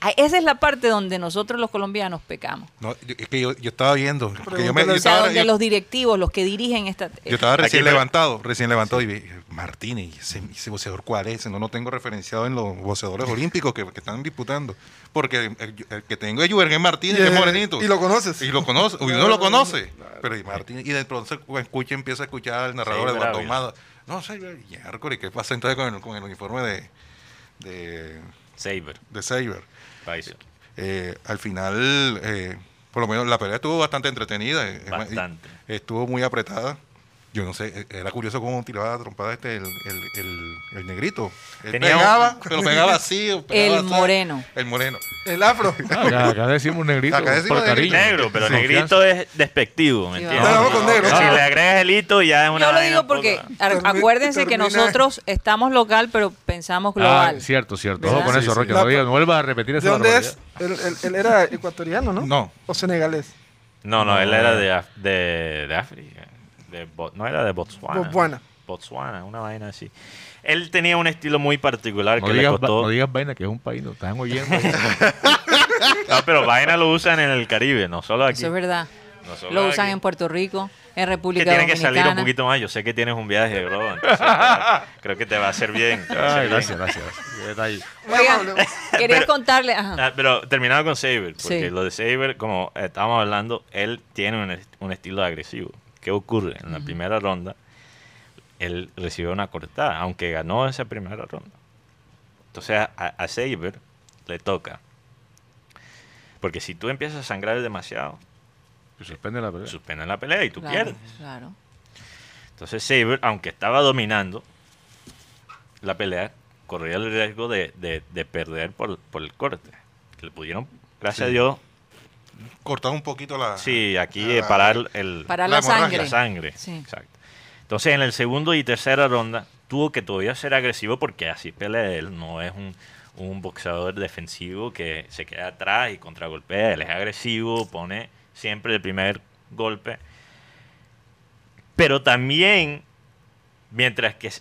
[SPEAKER 3] a- Esa es la parte donde nosotros los colombianos pecamos.
[SPEAKER 1] No, yo- es que yo, yo estaba viendo. que yo, me-
[SPEAKER 6] Pregúntale al-
[SPEAKER 1] yo
[SPEAKER 3] O sea,
[SPEAKER 1] estaba,
[SPEAKER 3] donde
[SPEAKER 1] yo-
[SPEAKER 3] los directivos, los que dirigen esta...
[SPEAKER 1] yo
[SPEAKER 6] Eh,
[SPEAKER 1] estaba recién
[SPEAKER 5] Aquí-
[SPEAKER 1] levantado, recién levantado y vi, Martínez, ese, ese boxeador cuál es, no, no tengo referenciado en los boxeadores olímpicos que, que están disputando. Porque el, el- el que tengo es Juergen Martínez, que es morenito.
[SPEAKER 6] Y lo conoces.
[SPEAKER 1] Y lo conoce, uy, uno lo conoce. Pero y Martín, y de pronto se escucha, empieza a escuchar al
[SPEAKER 5] Sí,
[SPEAKER 1] narrador de Eduardo
[SPEAKER 5] Bravia.
[SPEAKER 1] Ahumada. No, sé, y Arcori, ¿qué pasa entonces con el, con el uniforme de, de,
[SPEAKER 5] Saber,
[SPEAKER 1] de Saber?
[SPEAKER 5] Pfizer.
[SPEAKER 1] Eh, al final, eh, por lo menos la pelea estuvo bastante entretenida. eh, es más, y
[SPEAKER 5] Bastante.
[SPEAKER 1] Estuvo muy apretada. Yo no sé, eh, era curioso cómo tiraba la trompada este, el, el- el- el negrito. Él
[SPEAKER 5] Tenía un-
[SPEAKER 1] pegaba, pero pegaba así. o pegaba
[SPEAKER 3] El
[SPEAKER 1] atrás.
[SPEAKER 3] moreno.
[SPEAKER 1] El moreno.
[SPEAKER 6] El afro.
[SPEAKER 5] Ah.
[SPEAKER 4] Acá, acá decimos negrito.
[SPEAKER 1] Ah, Acá decimos
[SPEAKER 4] por cariño.
[SPEAKER 5] Negro, pero
[SPEAKER 4] Sin
[SPEAKER 3] Ah,
[SPEAKER 5] negrito es despectivo, ¿me
[SPEAKER 3] Sí,
[SPEAKER 5] entiendes?
[SPEAKER 6] vamos. Vamos con negro.
[SPEAKER 5] Si le agregas el hito ya es una
[SPEAKER 3] Yo lo
[SPEAKER 5] vaina
[SPEAKER 3] digo
[SPEAKER 5] un poco-
[SPEAKER 3] porque ar-
[SPEAKER 6] Termi-
[SPEAKER 3] acuérdense que
[SPEAKER 6] termina-
[SPEAKER 3] nosotros estamos local, pero pensamos global.
[SPEAKER 4] Ah, cierto, cierto.
[SPEAKER 3] ¿Verdad?
[SPEAKER 4] Ojo con
[SPEAKER 1] Sí,
[SPEAKER 4] eso,
[SPEAKER 1] sí.
[SPEAKER 4] Rocha.
[SPEAKER 6] La-
[SPEAKER 4] No, digas- no vuelvas a repetir
[SPEAKER 6] ¿De
[SPEAKER 4] esa
[SPEAKER 6] dónde
[SPEAKER 4] barbaridad.
[SPEAKER 6] es? Él, él- él era ecuatoriano, ¿no?
[SPEAKER 1] No.
[SPEAKER 6] O senegalés.
[SPEAKER 5] No, no, él era
[SPEAKER 4] Ah.
[SPEAKER 5] de, Af- de, de África. De Bo- no era de Botswana.
[SPEAKER 6] Botswana.
[SPEAKER 5] Botswana, una vaina así. Él tenía un estilo muy particular
[SPEAKER 4] No
[SPEAKER 5] que le
[SPEAKER 4] digas, va-
[SPEAKER 5] costó.
[SPEAKER 4] no digas vaina, que es un país, no están oyendo.
[SPEAKER 5] No, Ah, pero vaina lo usan en el Caribe, no solo aquí.
[SPEAKER 3] Eso es verdad.
[SPEAKER 5] No solo
[SPEAKER 3] Lo
[SPEAKER 5] aquí.
[SPEAKER 3] usan en Puerto Rico, en
[SPEAKER 5] Que
[SPEAKER 3] República
[SPEAKER 5] tiene que
[SPEAKER 3] Dominicana.
[SPEAKER 5] salir un poquito más. Yo sé que tienes un viaje, bro. entonces, claro, creo que te va a hacer bien. te va a hacer
[SPEAKER 4] Ay,
[SPEAKER 5] bien.
[SPEAKER 4] Ah, gracias, gracias. gracias. Qué detalle.
[SPEAKER 3] Oigan, quería
[SPEAKER 5] Pero-
[SPEAKER 3] contarle... ajá.
[SPEAKER 5] Ah, pero terminaba con Saber, porque
[SPEAKER 3] Sí.
[SPEAKER 5] lo de Saber, como estábamos hablando, él tiene un, est- un estilo agresivo. ¿Qué ocurre? En la primera ronda, él recibió una cortada, aunque ganó esa primera ronda. Entonces a, a Saber le toca. Porque si tú empiezas a sangrar demasiado,
[SPEAKER 4] Que suspende la pelea.
[SPEAKER 5] suspenden la pelea y tú
[SPEAKER 3] claro,
[SPEAKER 5] pierdes.
[SPEAKER 3] Claro.
[SPEAKER 5] Entonces Saber, aunque estaba dominando la pelea, corría el riesgo de, de- de perder por, por el corte. Que le pudieron, gracias a Dios,
[SPEAKER 1] Cortar un poquito la.
[SPEAKER 5] sí, aquí
[SPEAKER 1] Ah,
[SPEAKER 5] eh, parar el,
[SPEAKER 3] Para la,
[SPEAKER 1] La hemorragia.
[SPEAKER 3] sangre.
[SPEAKER 5] la sangre.
[SPEAKER 3] Sí.
[SPEAKER 5] Exacto. Entonces en el segundo y tercera ronda tuvo que todavía ser agresivo porque así pelea él, no es un, un boxeador defensivo que se queda atrás y contragolpea, él es agresivo, pone siempre el primer golpe. Pero también, mientras que,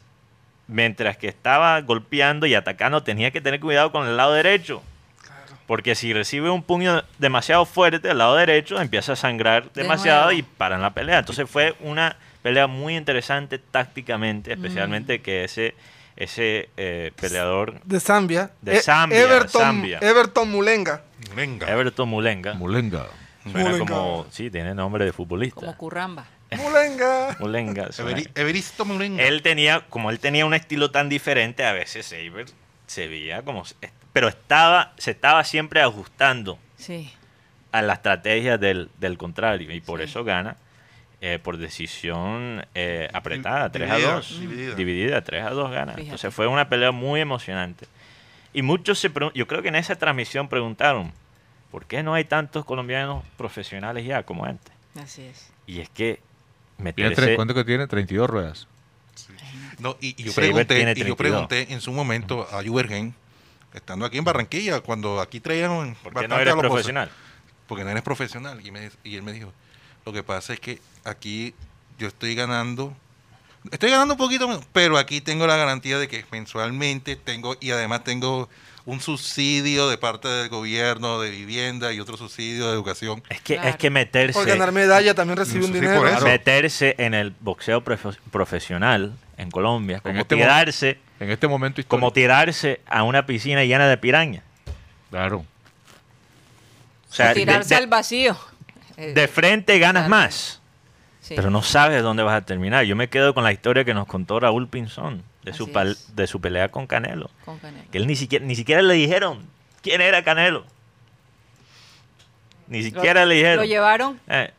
[SPEAKER 5] mientras que estaba golpeando y atacando, tenía que tener cuidado con el lado derecho. Porque si recibe un puño demasiado fuerte al lado derecho, empieza a sangrar demasiado
[SPEAKER 3] nuevo.
[SPEAKER 5] y paran la pelea. Entonces fue una pelea muy interesante tácticamente, especialmente que ese, ese eh, peleador,
[SPEAKER 6] De Zambia. E-
[SPEAKER 5] De Zambia,
[SPEAKER 6] Everton,
[SPEAKER 5] Zambia.
[SPEAKER 6] Everton Mulenga.
[SPEAKER 1] Venga.
[SPEAKER 5] Everton Mulenga,
[SPEAKER 4] Mulenga.
[SPEAKER 5] suena
[SPEAKER 6] Mulenga.
[SPEAKER 5] como, sí, tiene nombre de
[SPEAKER 3] Como
[SPEAKER 5] futbolista.
[SPEAKER 3] curramba.
[SPEAKER 6] Mulenga.
[SPEAKER 5] Mulenga. suena-
[SPEAKER 1] Everi- Everisto Murenga.
[SPEAKER 5] Él tenía, como él tenía un estilo tan diferente, a veces Saber se veía como, pero estaba, se estaba siempre ajustando.
[SPEAKER 3] Sí.
[SPEAKER 5] a la estrategia del, del contrario y por
[SPEAKER 3] Sí.
[SPEAKER 5] eso gana eh, por decisión eh, apretada,
[SPEAKER 1] Div-
[SPEAKER 5] 3 a
[SPEAKER 1] dividida,
[SPEAKER 5] 2,
[SPEAKER 1] dividida.
[SPEAKER 5] dividida. 3 a 2 gana.
[SPEAKER 3] Fíjate.
[SPEAKER 5] Entonces fue una pelea muy emocionante. Y muchos se pregun- yo creo que en esa transmisión preguntaron, ¿por qué no hay tantos colombianos profesionales ya como antes?
[SPEAKER 3] Así es.
[SPEAKER 5] Y es que meter
[SPEAKER 4] Tiene tres-
[SPEAKER 5] ese-
[SPEAKER 4] ¿Cuánto que tiene? 32 ruedas.
[SPEAKER 1] No, y, y yo
[SPEAKER 5] Seibert
[SPEAKER 1] pregunté,
[SPEAKER 5] tiene
[SPEAKER 1] y
[SPEAKER 5] 32.
[SPEAKER 1] yo pregunté en su momento a Juergen, estando aquí en Barranquilla, cuando aquí traían
[SPEAKER 5] ¿por qué
[SPEAKER 1] bastante
[SPEAKER 5] no
[SPEAKER 1] a
[SPEAKER 5] eres
[SPEAKER 1] los boxeadores,
[SPEAKER 5] profesional?
[SPEAKER 1] Porque no eres profesional. Y, me- y él me dijo, lo que pasa es que aquí yo estoy ganando, estoy ganando un poquito menos, pero aquí tengo la garantía de que mensualmente tengo, y además tengo un subsidio de parte del gobierno de vivienda y otro subsidio de educación.
[SPEAKER 5] Es que, es
[SPEAKER 3] Claro.
[SPEAKER 5] que meterse...
[SPEAKER 6] Por ganar medalla también recibí
[SPEAKER 1] Mm, Sí,
[SPEAKER 6] un
[SPEAKER 1] por
[SPEAKER 6] dinero.
[SPEAKER 1] eso.
[SPEAKER 5] Meterse en el boxeo profe- profesional en Colombia, como
[SPEAKER 4] este mo-
[SPEAKER 5] tirarse...
[SPEAKER 4] En este momento histórico.
[SPEAKER 5] como tirarse a una piscina llena de pirañas.
[SPEAKER 4] Claro.
[SPEAKER 5] O sea, de,
[SPEAKER 3] Tirarse
[SPEAKER 5] de-
[SPEAKER 3] al vacío. Eh,
[SPEAKER 5] de frente ganas
[SPEAKER 3] Claro.
[SPEAKER 5] más,
[SPEAKER 3] sí.
[SPEAKER 5] pero no sabes dónde vas a terminar. Yo me quedo con la historia que nos contó Raúl Pinzón de, su,
[SPEAKER 3] Así
[SPEAKER 5] pal-
[SPEAKER 3] es.
[SPEAKER 5] de su pelea con Canelo.
[SPEAKER 3] Con Canelo.
[SPEAKER 5] Que él ni siquiera, ni siquiera le dijeron quién era Canelo. Ni siquiera le dijeron.
[SPEAKER 3] Lo llevaron
[SPEAKER 5] Eh,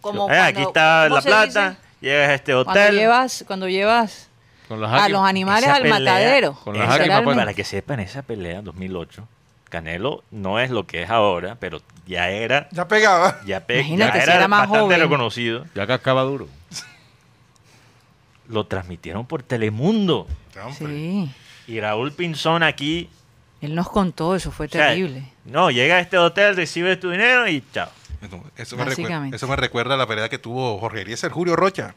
[SPEAKER 3] como.
[SPEAKER 5] eh,
[SPEAKER 3] cuando-
[SPEAKER 5] aquí está
[SPEAKER 3] ¿cómo
[SPEAKER 5] La
[SPEAKER 3] se dice?
[SPEAKER 5] Plata, llegas a este
[SPEAKER 3] Cuando
[SPEAKER 5] hotel.
[SPEAKER 3] llevas, cuando llevas
[SPEAKER 4] Con las
[SPEAKER 3] a
[SPEAKER 4] águilas.
[SPEAKER 3] los animales
[SPEAKER 5] Esa
[SPEAKER 3] al
[SPEAKER 5] pelea-
[SPEAKER 3] matadero.
[SPEAKER 4] con las
[SPEAKER 5] esa-
[SPEAKER 4] águilas,
[SPEAKER 3] literalmente.
[SPEAKER 4] pues.
[SPEAKER 5] Para que sepan, esa pelea en 2008, Canelo no es lo que es ahora, pero ya era
[SPEAKER 6] Ya pegaba.
[SPEAKER 5] Ya, pe-
[SPEAKER 3] Imagínate,
[SPEAKER 5] ya
[SPEAKER 3] si
[SPEAKER 5] era,
[SPEAKER 3] era más
[SPEAKER 5] bastante
[SPEAKER 3] joven.
[SPEAKER 5] reconocido.
[SPEAKER 4] Ya que acaba duro.
[SPEAKER 5] Lo transmitieron por Telemundo.
[SPEAKER 3] Sí.
[SPEAKER 5] Y Raúl Pinzón aquí.
[SPEAKER 3] Él nos contó, eso fue
[SPEAKER 5] o sea,
[SPEAKER 3] terrible.
[SPEAKER 5] no, llega a este hotel, recibes tu dinero y chao.
[SPEAKER 1] No, Eso me, recuerda,
[SPEAKER 3] Básicamente.
[SPEAKER 1] eso me recuerda a la pelea que tuvo Jorge Eliezer Julio Rocha.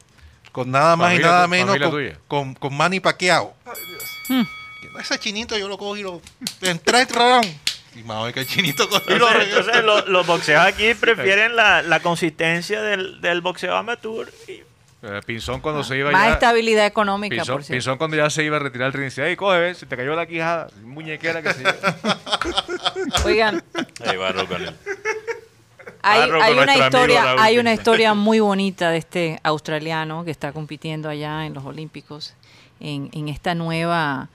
[SPEAKER 1] Con nada más
[SPEAKER 4] Familia
[SPEAKER 1] y nada
[SPEAKER 4] tu-
[SPEAKER 1] menos
[SPEAKER 4] familia
[SPEAKER 1] con,
[SPEAKER 4] tuya.
[SPEAKER 1] con, con Manny Pacquiao. Que Ese chinito yo lo cojo y lo... En tres rounds. Y más hoy que el chinito cogió y lo
[SPEAKER 5] Entonces,
[SPEAKER 1] regresó.
[SPEAKER 5] entonces lo- los boxeadores aquí prefieren la, la consistencia del, del boxeo amateur. y-
[SPEAKER 4] Eh, Pinzón cuando se iba
[SPEAKER 3] Ah, Más
[SPEAKER 4] ya.
[SPEAKER 3] estabilidad económica,
[SPEAKER 4] Pinzón,
[SPEAKER 3] por cierto.
[SPEAKER 4] Pinzón cuando ya se iba a retirar el tren decía, ¡Ey, coge, ve, se te cayó la quijada! Muñequera que se lleva.
[SPEAKER 3] Oigan,
[SPEAKER 5] Ahí va Rocco Canelo.
[SPEAKER 3] hay,
[SPEAKER 5] Barro con
[SPEAKER 3] hay una
[SPEAKER 5] nuestro amigo
[SPEAKER 3] historia,
[SPEAKER 5] Raúl
[SPEAKER 3] hay una
[SPEAKER 5] Pinzón.
[SPEAKER 3] historia muy bonita de este australiano que está compitiendo allá en los Olímpicos en, en esta nueva,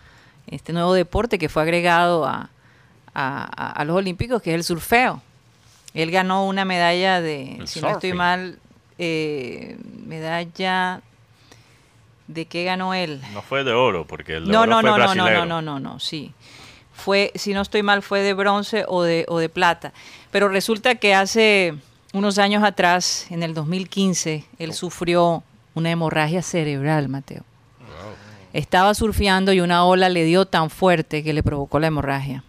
[SPEAKER 3] este nuevo deporte que fue agregado a, a- a- a los Olímpicos, que es el surfeo. Él ganó una medalla de,
[SPEAKER 4] El
[SPEAKER 3] si no estoy
[SPEAKER 4] surfing.
[SPEAKER 3] mal, eh, medalla de qué ganó él.
[SPEAKER 5] No fue de oro, porque el de
[SPEAKER 3] No,
[SPEAKER 5] oro
[SPEAKER 3] no, no,
[SPEAKER 5] fue
[SPEAKER 3] no, no,
[SPEAKER 5] brasilero.
[SPEAKER 3] no, no, no, no, sí. Fue, si no estoy mal, fue de bronce o de, o de plata. Pero resulta que hace unos años atrás, en el 2015, él sufrió una hemorragia cerebral, Mateo. Estaba surfeando y una ola le dio tan fuerte que le provocó la hemorragia.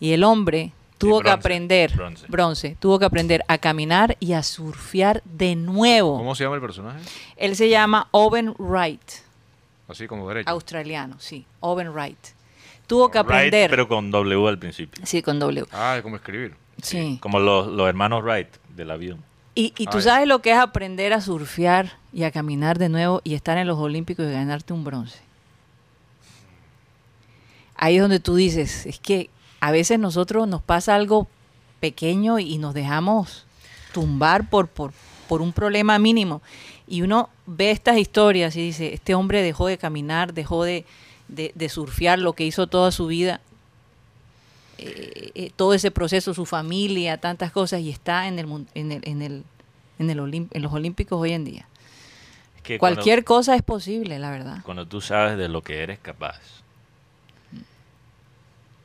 [SPEAKER 3] Y el hombre tuvo que
[SPEAKER 5] bronce,
[SPEAKER 3] aprender,
[SPEAKER 5] bronce.
[SPEAKER 3] bronce, tuvo que aprender a caminar y a surfear de nuevo.
[SPEAKER 4] ¿Cómo se llama el personaje?
[SPEAKER 3] Él se llama Owen Wright
[SPEAKER 4] Así como derecho.
[SPEAKER 3] australiano, sí, Owen Wright. Tuvo que
[SPEAKER 5] Wright,
[SPEAKER 3] aprender.
[SPEAKER 5] pero con W al principio.
[SPEAKER 3] Sí, con W.
[SPEAKER 4] Ah, como escribir.
[SPEAKER 3] Sí.
[SPEAKER 5] Como los, los hermanos Wright del avión.
[SPEAKER 3] Y, y tú
[SPEAKER 4] Ay.
[SPEAKER 3] sabes lo que es aprender a surfear y a caminar de nuevo y estar en los Olímpicos y ganarte un bronce. Ahí es donde tú dices, es que a veces nosotros nos pasa algo pequeño y nos dejamos tumbar por, por, por un problema mínimo. Y uno ve estas historias y dice, este hombre dejó de caminar, dejó de, de, de surfear lo que hizo toda su vida eh, eh, todo ese proceso, su familia, tantas cosas, y está en, el, mun- en, el, en, el, en, el Olim- en los Olímpicos hoy en día.
[SPEAKER 5] Es que cuando-
[SPEAKER 3] Cualquier cosa es posible, la verdad.
[SPEAKER 5] cuando tú sabes de lo que eres capaz,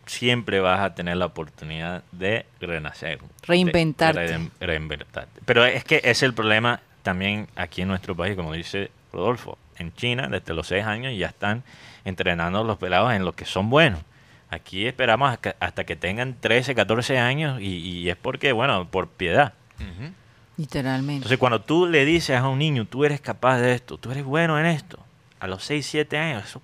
[SPEAKER 5] siempre vas a tener la oportunidad de renacer. de
[SPEAKER 3] Reinventarte.
[SPEAKER 5] rein- reinventarte. Pero es que es el problema también aquí en nuestro país, como dice Rodolfo. En China, desde los seis años, ya están entrenando a los pelados en lo que son buenos. Aquí esperamos a que- hasta que tengan 13, 14 años y, y es porque, bueno, por piedad.
[SPEAKER 3] Literalmente.
[SPEAKER 5] Entonces, cuando tú le dices a un niño, tú eres capaz de esto, tú eres bueno en esto, a los 6, 7 años, eso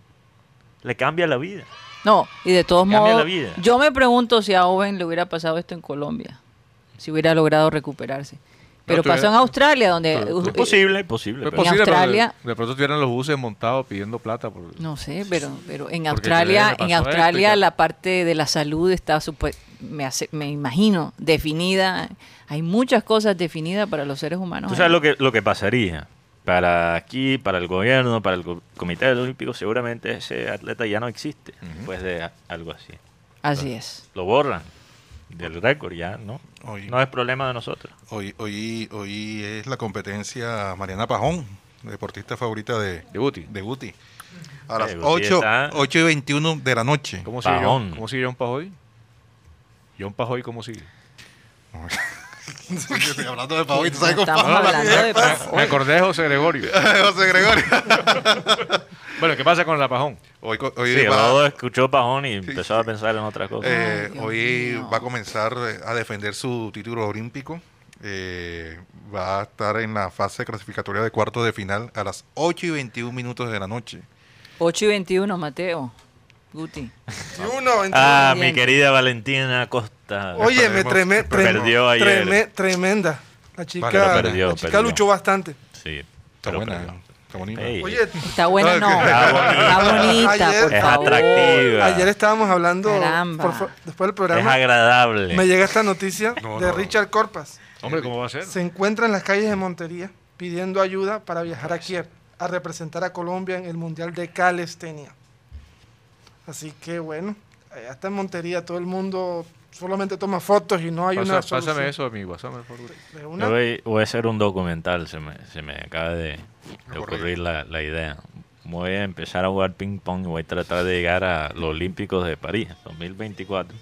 [SPEAKER 5] le cambia la vida.
[SPEAKER 3] No, y de todos
[SPEAKER 5] Cambia la
[SPEAKER 3] modos,
[SPEAKER 5] vida.
[SPEAKER 3] yo me pregunto si a Owen le hubiera pasado esto en Colombia, si hubiera logrado recuperarse. Pero
[SPEAKER 4] tuviera-
[SPEAKER 3] pasó en Australia, donde...
[SPEAKER 4] Pero-
[SPEAKER 3] uh,
[SPEAKER 5] Es posible, es posible.
[SPEAKER 4] Fue
[SPEAKER 5] pero-
[SPEAKER 4] posible, pero de,
[SPEAKER 3] Australia-
[SPEAKER 4] de pronto tuvieron los buses montados pidiendo plata. Por,
[SPEAKER 3] No sé, pero, pero en
[SPEAKER 4] Porque
[SPEAKER 3] Australia,
[SPEAKER 4] Chile le
[SPEAKER 3] en
[SPEAKER 4] pasó
[SPEAKER 3] Australia
[SPEAKER 4] esto y tal.
[SPEAKER 3] la parte de la salud está, supue- me, hace- me imagino, definida. Hay muchas cosas definidas para los seres humanos.
[SPEAKER 5] Tú sabes
[SPEAKER 3] ahí.
[SPEAKER 5] lo que, lo que pasaría. Para aquí, para el gobierno, para el co- Comité Olímpico, seguramente ese atleta ya no existe después de a- algo así.
[SPEAKER 3] Así es.
[SPEAKER 5] Lo borran del récord, ya no.
[SPEAKER 1] Oye.
[SPEAKER 5] No es problema de nosotros.
[SPEAKER 1] Hoy, hoy, hoy es la competencia Mariana Pajón, deportista favorita de,
[SPEAKER 4] de Guti.
[SPEAKER 1] de Guti. A las
[SPEAKER 5] Eh, Guti
[SPEAKER 1] 8,
[SPEAKER 5] está-
[SPEAKER 1] 8 y 21 de la noche.
[SPEAKER 4] ¿Cómo sigue,
[SPEAKER 5] Pajón.
[SPEAKER 4] John, ¿Cómo sigue John Pajoy? John Pajoy, ¿cómo sigue?
[SPEAKER 1] Yo estoy hablando de Pajón y tú sabes cómo
[SPEAKER 3] Estamos
[SPEAKER 1] Pajón la
[SPEAKER 3] hablando de
[SPEAKER 1] fiesta.
[SPEAKER 3] Pajón.
[SPEAKER 4] Ah, Me acordé de José Gregorio.
[SPEAKER 1] José Gregorio.
[SPEAKER 4] bueno, ¿qué pasa con la Pajón?
[SPEAKER 1] Hoy, co- hoy
[SPEAKER 5] Sí,
[SPEAKER 1] va-
[SPEAKER 5] Rodo escuchó Pajón y empezó a pensar en otra cosa.
[SPEAKER 1] Eh,
[SPEAKER 3] Ay, Dios
[SPEAKER 1] hoy
[SPEAKER 3] mío.
[SPEAKER 1] va a comenzar eh, a defender su título olímpico. Eh, va a estar en la fase clasificatoria de cuartos de final a las 8 y 21 minutos de la noche.
[SPEAKER 3] 8 y 21, Mateo. Guti.
[SPEAKER 6] Y uno, entre-
[SPEAKER 5] ah, mi
[SPEAKER 3] bien.
[SPEAKER 5] querida Valentina Costa.
[SPEAKER 6] Oye, me
[SPEAKER 1] Esperemos-
[SPEAKER 6] treme- trem-
[SPEAKER 5] Perdió ayer.
[SPEAKER 6] treme- tremenda. La chica,
[SPEAKER 1] Pero
[SPEAKER 5] perdió,
[SPEAKER 6] la chica
[SPEAKER 5] perdió.
[SPEAKER 6] luchó bastante.
[SPEAKER 5] Sí.
[SPEAKER 1] Está
[SPEAKER 5] pero
[SPEAKER 1] buena.
[SPEAKER 5] perdió.
[SPEAKER 1] Está bonita.
[SPEAKER 5] Ey.
[SPEAKER 6] Oye,
[SPEAKER 3] Está buena, no.
[SPEAKER 1] Está
[SPEAKER 5] bonita.
[SPEAKER 3] Está bonita,
[SPEAKER 6] Ayer-
[SPEAKER 3] por
[SPEAKER 5] Es
[SPEAKER 3] favor.
[SPEAKER 5] atractiva.
[SPEAKER 6] ayer estábamos hablando,
[SPEAKER 3] Caramba.
[SPEAKER 6] por fa- después del
[SPEAKER 5] Es
[SPEAKER 6] programa,
[SPEAKER 5] agradable.
[SPEAKER 6] me llega esta noticia
[SPEAKER 1] No,
[SPEAKER 6] de
[SPEAKER 1] no.
[SPEAKER 6] Richard Corpas.
[SPEAKER 4] Hombre, ¿cómo va a ser?
[SPEAKER 6] Se encuentra en las calles de Montería pidiendo ayuda para viajar a Kiev a representar a Colombia en el Mundial de Calistenia. Así que bueno, allá está en Montería, todo el mundo solamente toma fotos y no hay
[SPEAKER 4] Pasa-
[SPEAKER 6] una solución.
[SPEAKER 4] pásame eso, amigo. Pásame, por favor.
[SPEAKER 6] De
[SPEAKER 5] Yo
[SPEAKER 6] una-
[SPEAKER 5] voy, voy a hacer un documental, se me, se me acaba de, de
[SPEAKER 1] Ocurrido.
[SPEAKER 5] ocurrir la, la idea. Voy a empezar a jugar ping pong y voy a tratar de llegar a los Olímpicos de París 2024.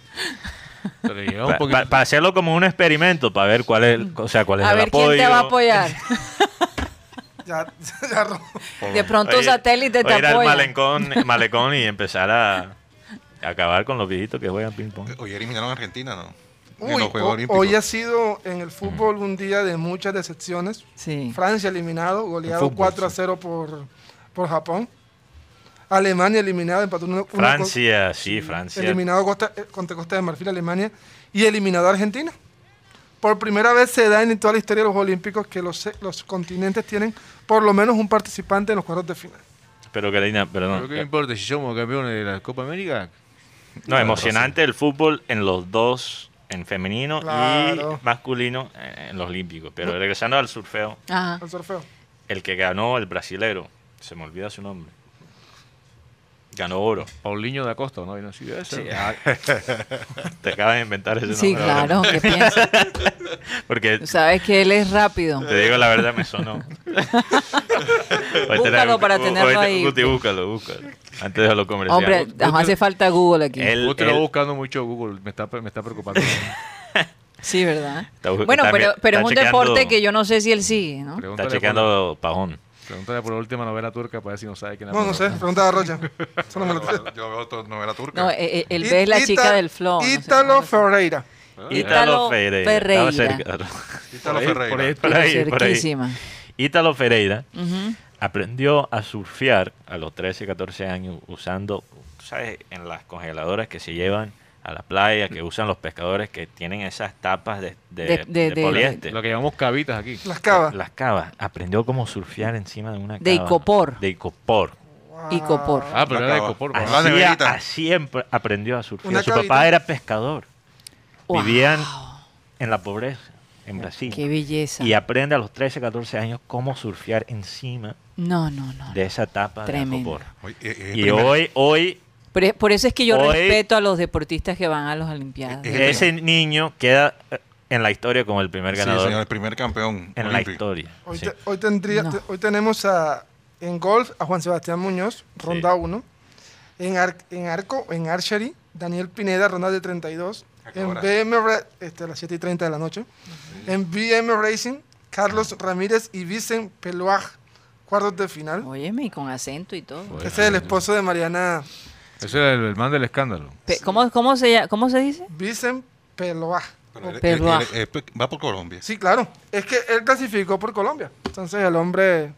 [SPEAKER 4] Pero llega un
[SPEAKER 5] Para
[SPEAKER 4] poquito.
[SPEAKER 5] hacerlo como un experimento, para ver cuál es, o sea, cuál es
[SPEAKER 3] A
[SPEAKER 5] el
[SPEAKER 3] ver
[SPEAKER 5] apoyo.
[SPEAKER 3] quién te va a apoyar.
[SPEAKER 6] ya- ya ro-
[SPEAKER 3] De pronto
[SPEAKER 5] Oye,
[SPEAKER 3] satélite
[SPEAKER 5] voy a
[SPEAKER 3] te
[SPEAKER 5] ir al
[SPEAKER 3] apoya.
[SPEAKER 5] malencón- malecón, y empezar a, a acabar con los viejitos que juegan ping pong.
[SPEAKER 1] Hoy eliminaron a Argentina, ¿no? en
[SPEAKER 6] Uy,
[SPEAKER 1] los Juegos
[SPEAKER 6] ho-
[SPEAKER 1] Olímpicos.
[SPEAKER 6] hoy ha sido en el
[SPEAKER 4] Mm.
[SPEAKER 6] fútbol un día de muchas decepciones.
[SPEAKER 3] Sí.
[SPEAKER 6] Francia eliminado, goleado
[SPEAKER 4] fútbol,
[SPEAKER 6] 4 a
[SPEAKER 4] sí.
[SPEAKER 6] 0 por, por Japón. Alemania eliminada, empató uno- uno con-
[SPEAKER 5] Francia, sí, Francia.
[SPEAKER 6] Eliminado Costa- eh, contra Costa de Marfil, Alemania. Y eliminado Argentina. Por primera vez se da en toda la historia de los Olímpicos que los, los continentes tienen por lo menos un participante en los cuartos de final.
[SPEAKER 5] Pero Karina,
[SPEAKER 4] Pero ¿qué me
[SPEAKER 5] perdón.
[SPEAKER 4] importa si somos campeones de la Copa América?
[SPEAKER 5] No, emocionante el fútbol en los dos, en femenino
[SPEAKER 6] Claro.
[SPEAKER 5] y masculino eh, en los Olímpicos. Pero regresando al surfeo.
[SPEAKER 3] Ajá.
[SPEAKER 6] Al sorfeo.
[SPEAKER 5] El que ganó, el brasilero. Se me olvida su nombre. Ganó oro.
[SPEAKER 4] Paulinho da Costa, ¿no? ¿No sí, ese.
[SPEAKER 5] Te acabas de inventar ese
[SPEAKER 3] Sí,
[SPEAKER 5] nombre.
[SPEAKER 3] claro, ¿qué piensas?
[SPEAKER 5] Porque
[SPEAKER 3] Tú Sabes que él es rápido.
[SPEAKER 5] te digo la verdad, me sonó. Hoy tenemos-
[SPEAKER 3] para tenerlo
[SPEAKER 5] hoy te-
[SPEAKER 3] ahí.
[SPEAKER 5] Guti, búscalo, búscalo. Antes de lo comercial.
[SPEAKER 3] Hombre,
[SPEAKER 5] Guti,
[SPEAKER 3] nos hace falta Google aquí.
[SPEAKER 5] él-
[SPEAKER 4] Usted lo
[SPEAKER 5] él-
[SPEAKER 4] buscando mucho Google, me está, me está preocupando.
[SPEAKER 3] Sí, ¿verdad?
[SPEAKER 5] Está bu-
[SPEAKER 3] bueno,
[SPEAKER 5] está
[SPEAKER 3] pero,
[SPEAKER 5] mi-
[SPEAKER 3] pero es
[SPEAKER 5] está
[SPEAKER 3] un
[SPEAKER 5] chequeando-
[SPEAKER 3] deporte que yo no sé si él sigue, ¿no?
[SPEAKER 5] está
[SPEAKER 4] Pregúntale Por,
[SPEAKER 5] checando Pajón.
[SPEAKER 4] pregúntale por la última novela turca para ver si no sabe quién la
[SPEAKER 6] No, no sé,
[SPEAKER 4] protagonizó.
[SPEAKER 6] preguntaba a Rocha. Eso no me lo sé.
[SPEAKER 1] Yo, yo veo to- novela turca.
[SPEAKER 3] No, eh, eh, él
[SPEAKER 6] Í-
[SPEAKER 3] ve es la
[SPEAKER 6] Íta-
[SPEAKER 3] chica del flow. no sé,
[SPEAKER 6] Ítalo
[SPEAKER 3] no sé.
[SPEAKER 6] Ferreira.
[SPEAKER 3] Ítalo Ferreira.
[SPEAKER 5] Estaba cerca.
[SPEAKER 1] Ítalo
[SPEAKER 4] Por ahí-
[SPEAKER 1] Ferreira.
[SPEAKER 4] por ahí-
[SPEAKER 5] Por ahí, por ahí.
[SPEAKER 3] Cerquísima.
[SPEAKER 5] Ítalo Ferreira
[SPEAKER 3] Ujú.
[SPEAKER 5] aprendió a surfear a los 13, 14 años usando, tú ¿sabes? En las congeladoras que se llevan a la playa, que usan los pescadores que tienen esas tapas de, de-
[SPEAKER 3] De- de-
[SPEAKER 5] de
[SPEAKER 3] de-
[SPEAKER 5] poliéster.
[SPEAKER 4] Lo que llamamos cabitas aquí.
[SPEAKER 6] Las cavas.
[SPEAKER 5] Las cavas. Aprendió cómo surfear encima de una cava.
[SPEAKER 3] De icopor.
[SPEAKER 5] De icopor.
[SPEAKER 3] Y Copor.
[SPEAKER 4] Ah, pero era de
[SPEAKER 1] Acaba.
[SPEAKER 4] Copor.
[SPEAKER 1] Ah,
[SPEAKER 4] ¿verdad?
[SPEAKER 1] la
[SPEAKER 5] Así,
[SPEAKER 1] neverita.
[SPEAKER 5] así em- aprendió a surfear.
[SPEAKER 6] Una
[SPEAKER 5] Su
[SPEAKER 6] cavita.
[SPEAKER 5] papá era pescador.
[SPEAKER 3] Wow.
[SPEAKER 5] Vivían en la pobreza, en Brasil.
[SPEAKER 3] Qué belleza.
[SPEAKER 5] Y aprende a los 13, 14 años cómo surfear encima
[SPEAKER 3] No, no, no.
[SPEAKER 5] de esa tapa
[SPEAKER 3] Tremendo.
[SPEAKER 5] de icopor.
[SPEAKER 1] Hoy- eh, eh,
[SPEAKER 5] Y
[SPEAKER 1] primer-
[SPEAKER 5] hoy, hoy
[SPEAKER 3] Por, e- por eso es que yo
[SPEAKER 5] Hoy-
[SPEAKER 3] respeto a los deportistas que van a las Olimpiadas.
[SPEAKER 1] Eh, eh,
[SPEAKER 5] Ese niño queda eh, en la historia como el primer
[SPEAKER 1] Sí,
[SPEAKER 5] ganador
[SPEAKER 1] señor, el primer campeón.
[SPEAKER 5] en la
[SPEAKER 1] olímpico.
[SPEAKER 5] historia.
[SPEAKER 6] Hoy,
[SPEAKER 5] sí.
[SPEAKER 6] te- hoy tendría,
[SPEAKER 3] No.
[SPEAKER 6] te- hoy tenemos a, en golf a Juan Sebastián Muñoz, ronda 1. En, ar- en arco, en archery, Daniel Pineda, ronda de 32.
[SPEAKER 1] ¿A qué
[SPEAKER 6] En
[SPEAKER 1] hora?
[SPEAKER 6] BM, Ra- este, a las 7 y 30 de la noche. En BM Racing, Carlos Ramírez y Vicen Peluaj, cuartos de final.
[SPEAKER 3] Óyeme, y con acento y todo.
[SPEAKER 5] Pues
[SPEAKER 4] Bueno.
[SPEAKER 6] Ese es el esposo de Mariana,
[SPEAKER 4] Ese era el, el man del escándalo.
[SPEAKER 3] Pe- ¿Cómo, cómo, se, lla- ¿Cómo se dice?
[SPEAKER 6] Vicen Peluaj.
[SPEAKER 1] Pero él- él-
[SPEAKER 3] Perua.
[SPEAKER 1] él- él- él va por Colombia.
[SPEAKER 6] Sí, claro. Es que él clasificó por Colombia. Entonces el hombre...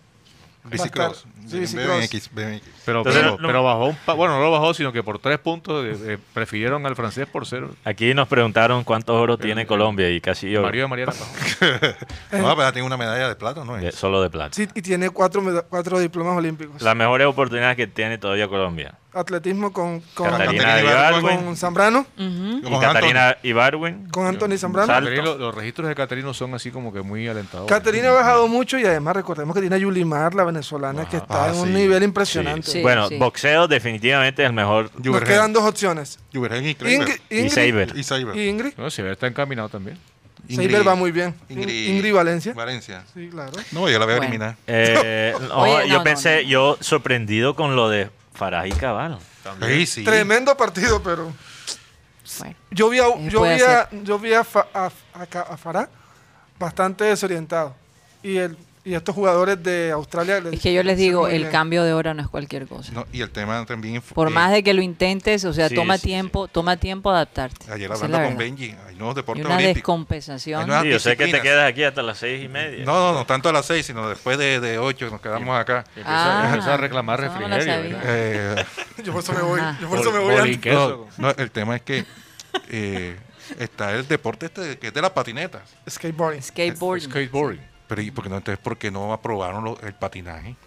[SPEAKER 1] Bicicross.
[SPEAKER 6] Sí,
[SPEAKER 1] Sí,
[SPEAKER 6] bicicross.
[SPEAKER 1] BMX, BMX.
[SPEAKER 4] Pero,
[SPEAKER 5] Entonces,
[SPEAKER 4] pero,
[SPEAKER 5] no-
[SPEAKER 4] pero bajó un pa- bueno, no lo bajó, sino que por tres puntos eh, eh, prefirieron al francés por cero.
[SPEAKER 5] Aquí nos preguntaron cuántos oros
[SPEAKER 4] Pero-
[SPEAKER 5] tiene Colombia y casi yo
[SPEAKER 4] Mario de Mariana bajó.
[SPEAKER 6] Eh.
[SPEAKER 1] No, pero tiene una medalla de plata, ¿no?
[SPEAKER 5] de-
[SPEAKER 1] es?
[SPEAKER 5] solo de plata.
[SPEAKER 6] Sí, y tiene cuatro, meda- cuatro diplomas olímpicos.
[SPEAKER 5] Las mejores oportunidades que tiene todavía Colombia.
[SPEAKER 6] atletismo con, con,
[SPEAKER 5] Catarina
[SPEAKER 1] Catarina
[SPEAKER 5] de
[SPEAKER 1] Ibargüen.
[SPEAKER 6] con Zambrano,
[SPEAKER 3] Ujú.
[SPEAKER 5] y
[SPEAKER 1] Con
[SPEAKER 5] Catarina Ibarwen.
[SPEAKER 6] con Anthony Zambrano.
[SPEAKER 5] Sal-
[SPEAKER 4] Caterino, los registros de Caterino son así como que muy alentadores.
[SPEAKER 6] Caterina ha bajado mucho y además recordemos que tiene a Yulimar, la venezolana, que está
[SPEAKER 1] Ah,
[SPEAKER 6] en un
[SPEAKER 1] sí.
[SPEAKER 6] nivel
[SPEAKER 5] Sí.
[SPEAKER 6] impresionante.
[SPEAKER 3] Sí.
[SPEAKER 5] bueno,
[SPEAKER 3] sí.
[SPEAKER 5] boxeo definitivamente es el mejor.
[SPEAKER 1] Anton-
[SPEAKER 6] Nos
[SPEAKER 1] Juvergen.
[SPEAKER 6] quedan dos opciones.
[SPEAKER 1] Juvergen y Kramer.
[SPEAKER 6] Ingr-
[SPEAKER 5] Y
[SPEAKER 6] Ingrid
[SPEAKER 5] Saber.
[SPEAKER 1] Y Saiber.
[SPEAKER 6] y Ingrid.
[SPEAKER 4] No, se ve, está encaminado también.
[SPEAKER 6] Saber va muy bien. In- Ingrid,
[SPEAKER 1] Ingrid-
[SPEAKER 6] Valencia.
[SPEAKER 1] Valencia.
[SPEAKER 6] Sí, claro.
[SPEAKER 1] No, yo la veo
[SPEAKER 3] Bueno.
[SPEAKER 1] eliminada.
[SPEAKER 5] Eh, no,
[SPEAKER 3] Oye,
[SPEAKER 5] yo
[SPEAKER 3] no,
[SPEAKER 5] pensé,
[SPEAKER 3] no, no.
[SPEAKER 5] yo sorprendido con lo de Faraj y Cabal.
[SPEAKER 1] Sí, sí.
[SPEAKER 6] Tremendo partido, pero
[SPEAKER 3] Bueno.
[SPEAKER 6] yo vi a,
[SPEAKER 3] Eh,
[SPEAKER 6] yo
[SPEAKER 3] puede
[SPEAKER 6] vi a, yo vi a, Fa- a- a Ca- a Farah bastante desorientado. Y el y estos jugadores de Australia le-
[SPEAKER 3] Es que yo les
[SPEAKER 6] le hicieron
[SPEAKER 3] digo,
[SPEAKER 6] muy
[SPEAKER 3] el
[SPEAKER 6] bien.
[SPEAKER 3] cambio de hora no es cualquier cosa.
[SPEAKER 1] No, y el tema también fue-
[SPEAKER 3] Por
[SPEAKER 1] eh,
[SPEAKER 3] más de que lo intentes, o sea,
[SPEAKER 5] Sí,
[SPEAKER 3] toma
[SPEAKER 5] sí, sí.
[SPEAKER 3] tiempo, toma tiempo adaptarte.
[SPEAKER 1] Ayer
[SPEAKER 3] Esa es
[SPEAKER 1] hablando
[SPEAKER 3] la
[SPEAKER 1] con
[SPEAKER 3] verdad.
[SPEAKER 1] Benji, hay nuevos
[SPEAKER 3] Y
[SPEAKER 1] deportes
[SPEAKER 3] una
[SPEAKER 1] olímpicos.
[SPEAKER 3] descompensación.
[SPEAKER 1] Hay nuevas
[SPEAKER 5] Sí, yo sé que te
[SPEAKER 1] disciplinas.
[SPEAKER 5] quedas aquí hasta las seis y media.
[SPEAKER 1] Ah, No, no, no tanto a las seis, sino después de, de ocho nos quedamos acá.
[SPEAKER 4] Empieza,
[SPEAKER 3] Ah,
[SPEAKER 4] empieza a reclamar
[SPEAKER 3] eso no lo
[SPEAKER 4] refrigerio.
[SPEAKER 3] sabía.
[SPEAKER 4] ¿verdad?
[SPEAKER 1] Eh,
[SPEAKER 6] Yo por eso me voy,
[SPEAKER 3] Ajá.
[SPEAKER 6] yo por eso me
[SPEAKER 4] Bol-
[SPEAKER 6] voy antes.
[SPEAKER 4] bolín,
[SPEAKER 1] no,
[SPEAKER 4] queso.
[SPEAKER 1] no, el tema es que eh, está el deporte este que es de las patinetas.
[SPEAKER 6] Skateboarding.
[SPEAKER 3] Skateboarding.
[SPEAKER 4] Skateboarding.
[SPEAKER 1] Pero ¿y por qué no? Entonces, ¿por qué no aprobaron lo- el patinaje?